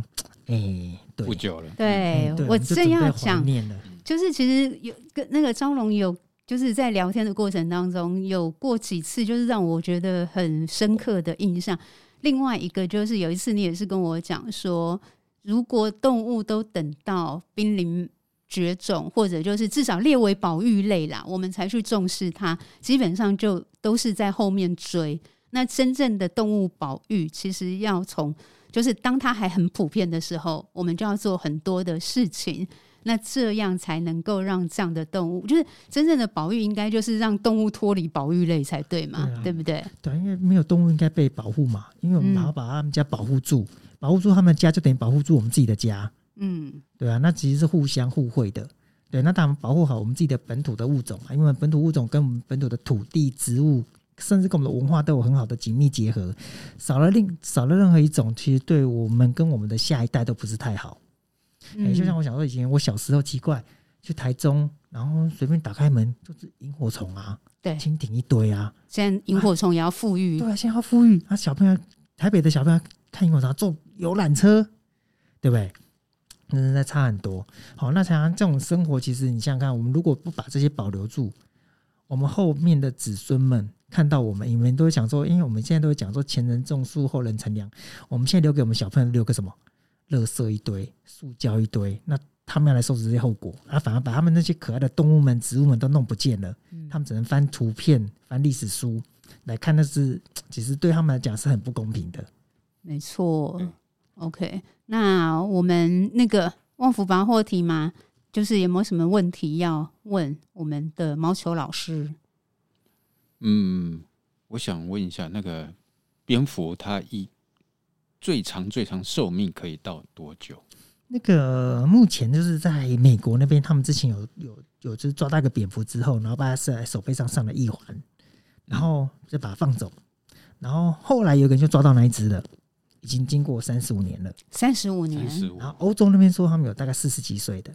[SPEAKER 3] 哎，对
[SPEAKER 4] 不，久了，
[SPEAKER 1] 对
[SPEAKER 3] 嗯对
[SPEAKER 1] 我
[SPEAKER 3] 们就
[SPEAKER 1] 正
[SPEAKER 3] 准备
[SPEAKER 1] 要
[SPEAKER 3] 怀
[SPEAKER 1] 讲，
[SPEAKER 3] 念了，
[SPEAKER 1] 就是其实有跟那个张龙有，就是在聊天的过程当中，有过几次就是让我觉得很深刻的印象。另外一个就是有一次你也是跟我讲说，如果动物都等到濒临绝种，或者就是至少列为保育类啦，我们才去重视它，基本上就都是在后面追。那真正的动物保育，其实要从就是当它还很普遍的时候，我们就要做很多的事情，那这样才能够让这样的动物，就是真正的保育，应该就是让动物脱离保育类才对嘛，
[SPEAKER 3] 对啊
[SPEAKER 1] 对不对？
[SPEAKER 3] 对，因为没有动物应该被保护嘛，因为我们
[SPEAKER 1] 嗯
[SPEAKER 3] 好好把他们家保护住，保护住他们家就等于保护住我们自己的家。
[SPEAKER 1] 嗯，
[SPEAKER 3] 对啊，那其实是互相互惠的。对，那当然保护好我们自己的本土的物种啊嘛，因为本土物种跟我们本土的土地、植物，甚至跟我们的文化都有很好的紧密结合。少了另少了任何一种，其实对我们跟我们的下一代都不是太好。
[SPEAKER 1] 嗯
[SPEAKER 3] 哎、就像我想说，以前我小时候奇怪，去台中，然后随便打开门就是萤火虫啊，
[SPEAKER 1] 对
[SPEAKER 3] 蜻蜓一堆啊，
[SPEAKER 1] 现在萤火虫也要富裕，
[SPEAKER 3] 对啊，现在要富裕啊，小朋友，台北的小朋友看萤火虫坐游览车，对不对？嗯，那差很多。好，那常常这种生活，其实你想想看，我们如果不把这些保留住，我我们后面的子孙们看到我们，你们都会想说，因为我们现在都会讲说前人种树，后人乘凉。我们现在留给我们小朋友留个什么？垃圾一堆，塑胶一堆，那他们要来收拾这些后果，啊，反而把他们那些可爱的动物们、植物们都弄不见了，他们只能翻图片、翻历史书来看，那是其实对他们来讲是很不公平的。
[SPEAKER 1] 没错
[SPEAKER 4] 嗯。
[SPEAKER 1] OK，那我们那个旺福拔货题嘛，就是有没有什么问题要问我们的毛球老师？
[SPEAKER 4] 嗯，我想问一下，那个蝙蝠它一最长最长寿命可以到多久？
[SPEAKER 3] 那个目前就是在美国那边，他们之前有有有就是抓到一个蝙蝠之后，然后把它是在手背上上了一环，然后就把它放走，然后后来有个人就抓到那一只了，已经经过三十五年了。
[SPEAKER 1] 三十五
[SPEAKER 4] 三
[SPEAKER 1] 年，
[SPEAKER 4] 十五
[SPEAKER 3] 然后欧洲那边说他们有大概四十几岁的，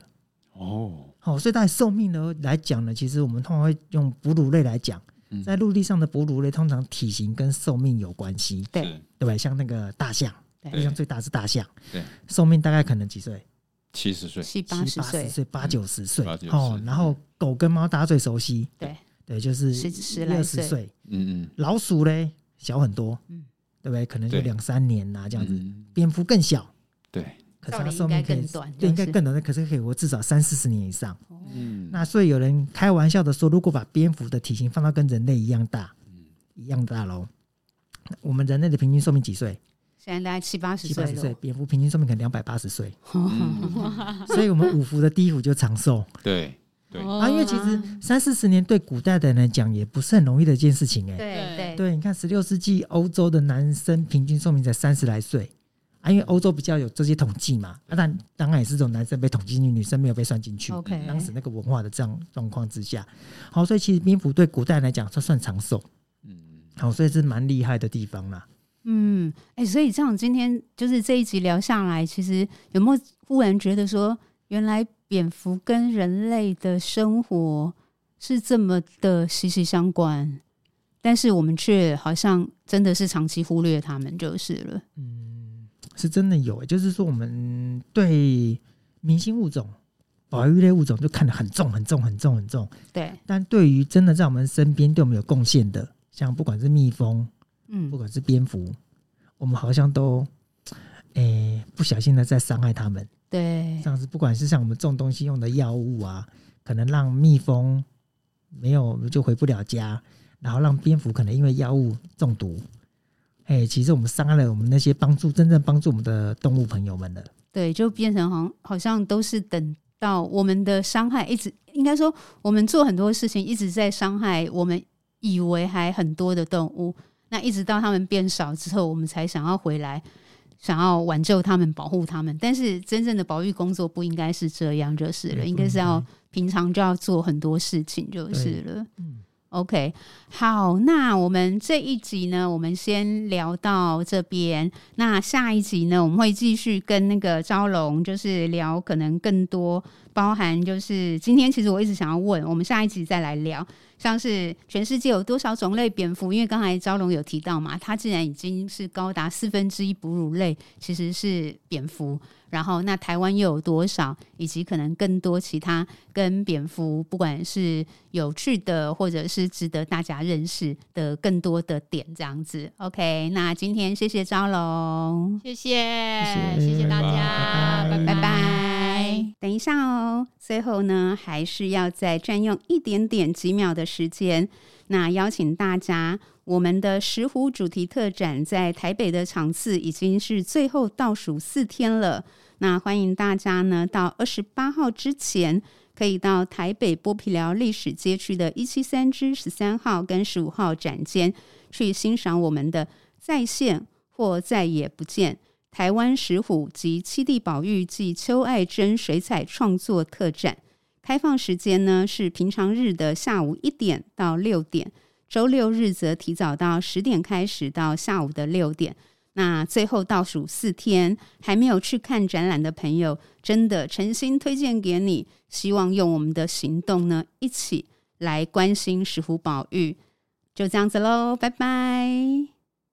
[SPEAKER 4] 哦，
[SPEAKER 3] 好、所以大概寿命呢来讲呢，其实我们通常会用哺乳类来讲
[SPEAKER 4] 嗯，
[SPEAKER 3] 在陆地上的哺乳类通常体型跟寿命有关系，
[SPEAKER 1] 对
[SPEAKER 4] 是
[SPEAKER 3] 对吧？像那个大象，
[SPEAKER 1] 对
[SPEAKER 3] 像最大是大象，
[SPEAKER 4] 对，
[SPEAKER 3] 寿命大概可能几岁？
[SPEAKER 4] 七十岁，
[SPEAKER 1] 七八
[SPEAKER 3] 七
[SPEAKER 1] 十
[SPEAKER 3] 八十
[SPEAKER 1] 岁，
[SPEAKER 3] 岁、八九十岁
[SPEAKER 4] 八九，十
[SPEAKER 3] 哦
[SPEAKER 4] 嗯。
[SPEAKER 3] 然后狗跟猫大家最熟悉，
[SPEAKER 1] 嗯对
[SPEAKER 3] 对，就是
[SPEAKER 1] 十十来
[SPEAKER 3] 二十
[SPEAKER 1] 岁
[SPEAKER 3] 岁。
[SPEAKER 4] 嗯嗯，
[SPEAKER 3] 老鼠嘞小很多，
[SPEAKER 1] 嗯
[SPEAKER 3] 对不对？可能就
[SPEAKER 4] 对
[SPEAKER 3] 两三年啊呐、这样子。
[SPEAKER 4] 嗯
[SPEAKER 3] 蝙蝠更小，
[SPEAKER 4] 对，
[SPEAKER 3] 可是
[SPEAKER 1] 照
[SPEAKER 3] 它
[SPEAKER 1] 理
[SPEAKER 3] 寿
[SPEAKER 1] 应该
[SPEAKER 3] 命可以
[SPEAKER 1] 更短就
[SPEAKER 3] 对，应该
[SPEAKER 1] 是哦
[SPEAKER 3] 更短，可是可以活至少三四十年以上。
[SPEAKER 4] 嗯，
[SPEAKER 3] 那所以有人开玩笑的说，如果把蝙蝠的体型放到跟人类一样大，
[SPEAKER 4] 嗯
[SPEAKER 3] 一样大喽，那我们人类的平均寿命几岁？
[SPEAKER 1] 现在大概七八十
[SPEAKER 3] 七
[SPEAKER 1] 岁
[SPEAKER 3] 八十岁
[SPEAKER 1] 了，，
[SPEAKER 3] 蝙蝠平均寿命可能两百八 十岁，
[SPEAKER 4] 嗯
[SPEAKER 3] 所以我们五福的第一福就长寿。
[SPEAKER 4] 对对，
[SPEAKER 2] 哦
[SPEAKER 3] 啊，因为其实三四十年对古代的人来讲也不是很容易的一件事情哎、
[SPEAKER 1] 对对
[SPEAKER 2] 对
[SPEAKER 3] 对，你看十六世纪欧洲的男生平均寿命才三十来岁啊，因为欧洲比较有这些统计嘛，啊，但当然也是这种男生被统计进去，女生没有被算进去。
[SPEAKER 1] OK
[SPEAKER 3] 当时那个文化的这样状况之下，好，所以其实蝙蝠对古代人来讲，它算长寿，
[SPEAKER 4] 嗯
[SPEAKER 3] 好，所以是蛮厉害的地方啦。
[SPEAKER 1] 嗯，哎、所以这样今天就是这一集聊下来，其实有没有忽然觉得说，原来蝙蝠跟人类的生活是这么的息息相关，但是我们却好像真的是长期忽略它们就是了。
[SPEAKER 3] 是真的有、欸，就是说我们对明星物种、保育类物种就看得很重、很重、很重、很重，
[SPEAKER 1] 对，
[SPEAKER 3] 但对于真的在我们身边对我们有贡献的，像不管是蜜蜂，
[SPEAKER 1] 嗯
[SPEAKER 3] 不，管是蝙蝠，我们好像都，诶、不小心的在伤害它们。
[SPEAKER 1] 对，
[SPEAKER 3] 像是不管是像我们种东西用的药物啊，可能让蜜蜂没有就回不了家，然后让蝙蝠可能因为药物中毒。哎、其实我们伤害了我们那些帮助真正帮助我们的动物朋友们了。
[SPEAKER 1] 对，就变成好像好像都是等到我们的伤害一直，应该说我们做很多事情一直在伤害我们以为还很多的动物，那一直到它们变少之后，我们才想要回来，想要挽救它们、保护它们。但是真正的保育工作不应该是这样，就是了，
[SPEAKER 3] 对
[SPEAKER 1] 应
[SPEAKER 3] 不
[SPEAKER 1] 该是
[SPEAKER 3] 应
[SPEAKER 1] 要
[SPEAKER 3] 该
[SPEAKER 1] 平常就要做很多事情，就是了。
[SPEAKER 3] 嗯，
[SPEAKER 1] OK，好，那我们这一集呢，我们先聊到这边。那下一集呢，我们会继续跟那个招龙，就是聊可能更多包含，就是今天其实我一直想要问，我们下一集再来聊，像是全世界有多少种类蝙蝠？因为刚才招龙有提到嘛，它竟然已经是高达四分之一哺乳类其实是蝙蝠，然后那台湾又有多少，以及可能更多其他跟蝙蝠不管是有趣的，或者是值得大家认识的更多的点，这样子。OK，那今天谢谢招龙，
[SPEAKER 2] 谢谢
[SPEAKER 3] 谢
[SPEAKER 2] 谢谢大家，
[SPEAKER 3] 拜拜
[SPEAKER 1] 拜拜。等一下哦，最后呢，还是要再占用一点点几秒的时间，那邀请大家。我们的石虎主题特展在台北的场次已经是最后倒数四天了，那欢迎大家呢到二十八号之前可以到台北剥皮寮历史街区的一七三之十三号跟十五号展间去欣赏我们的再现或再也不见台湾石虎及七地保育暨邱爱珍水彩创作特展。开放时间呢是平常日的下午一点到六点，周六日则提早到十点开始到下午的六点。那最后倒数四天，还没有去看展览的朋友，真的诚心推荐给你。希望用我们的行动呢，一起来关心石虎保育。就这样子喽，拜拜。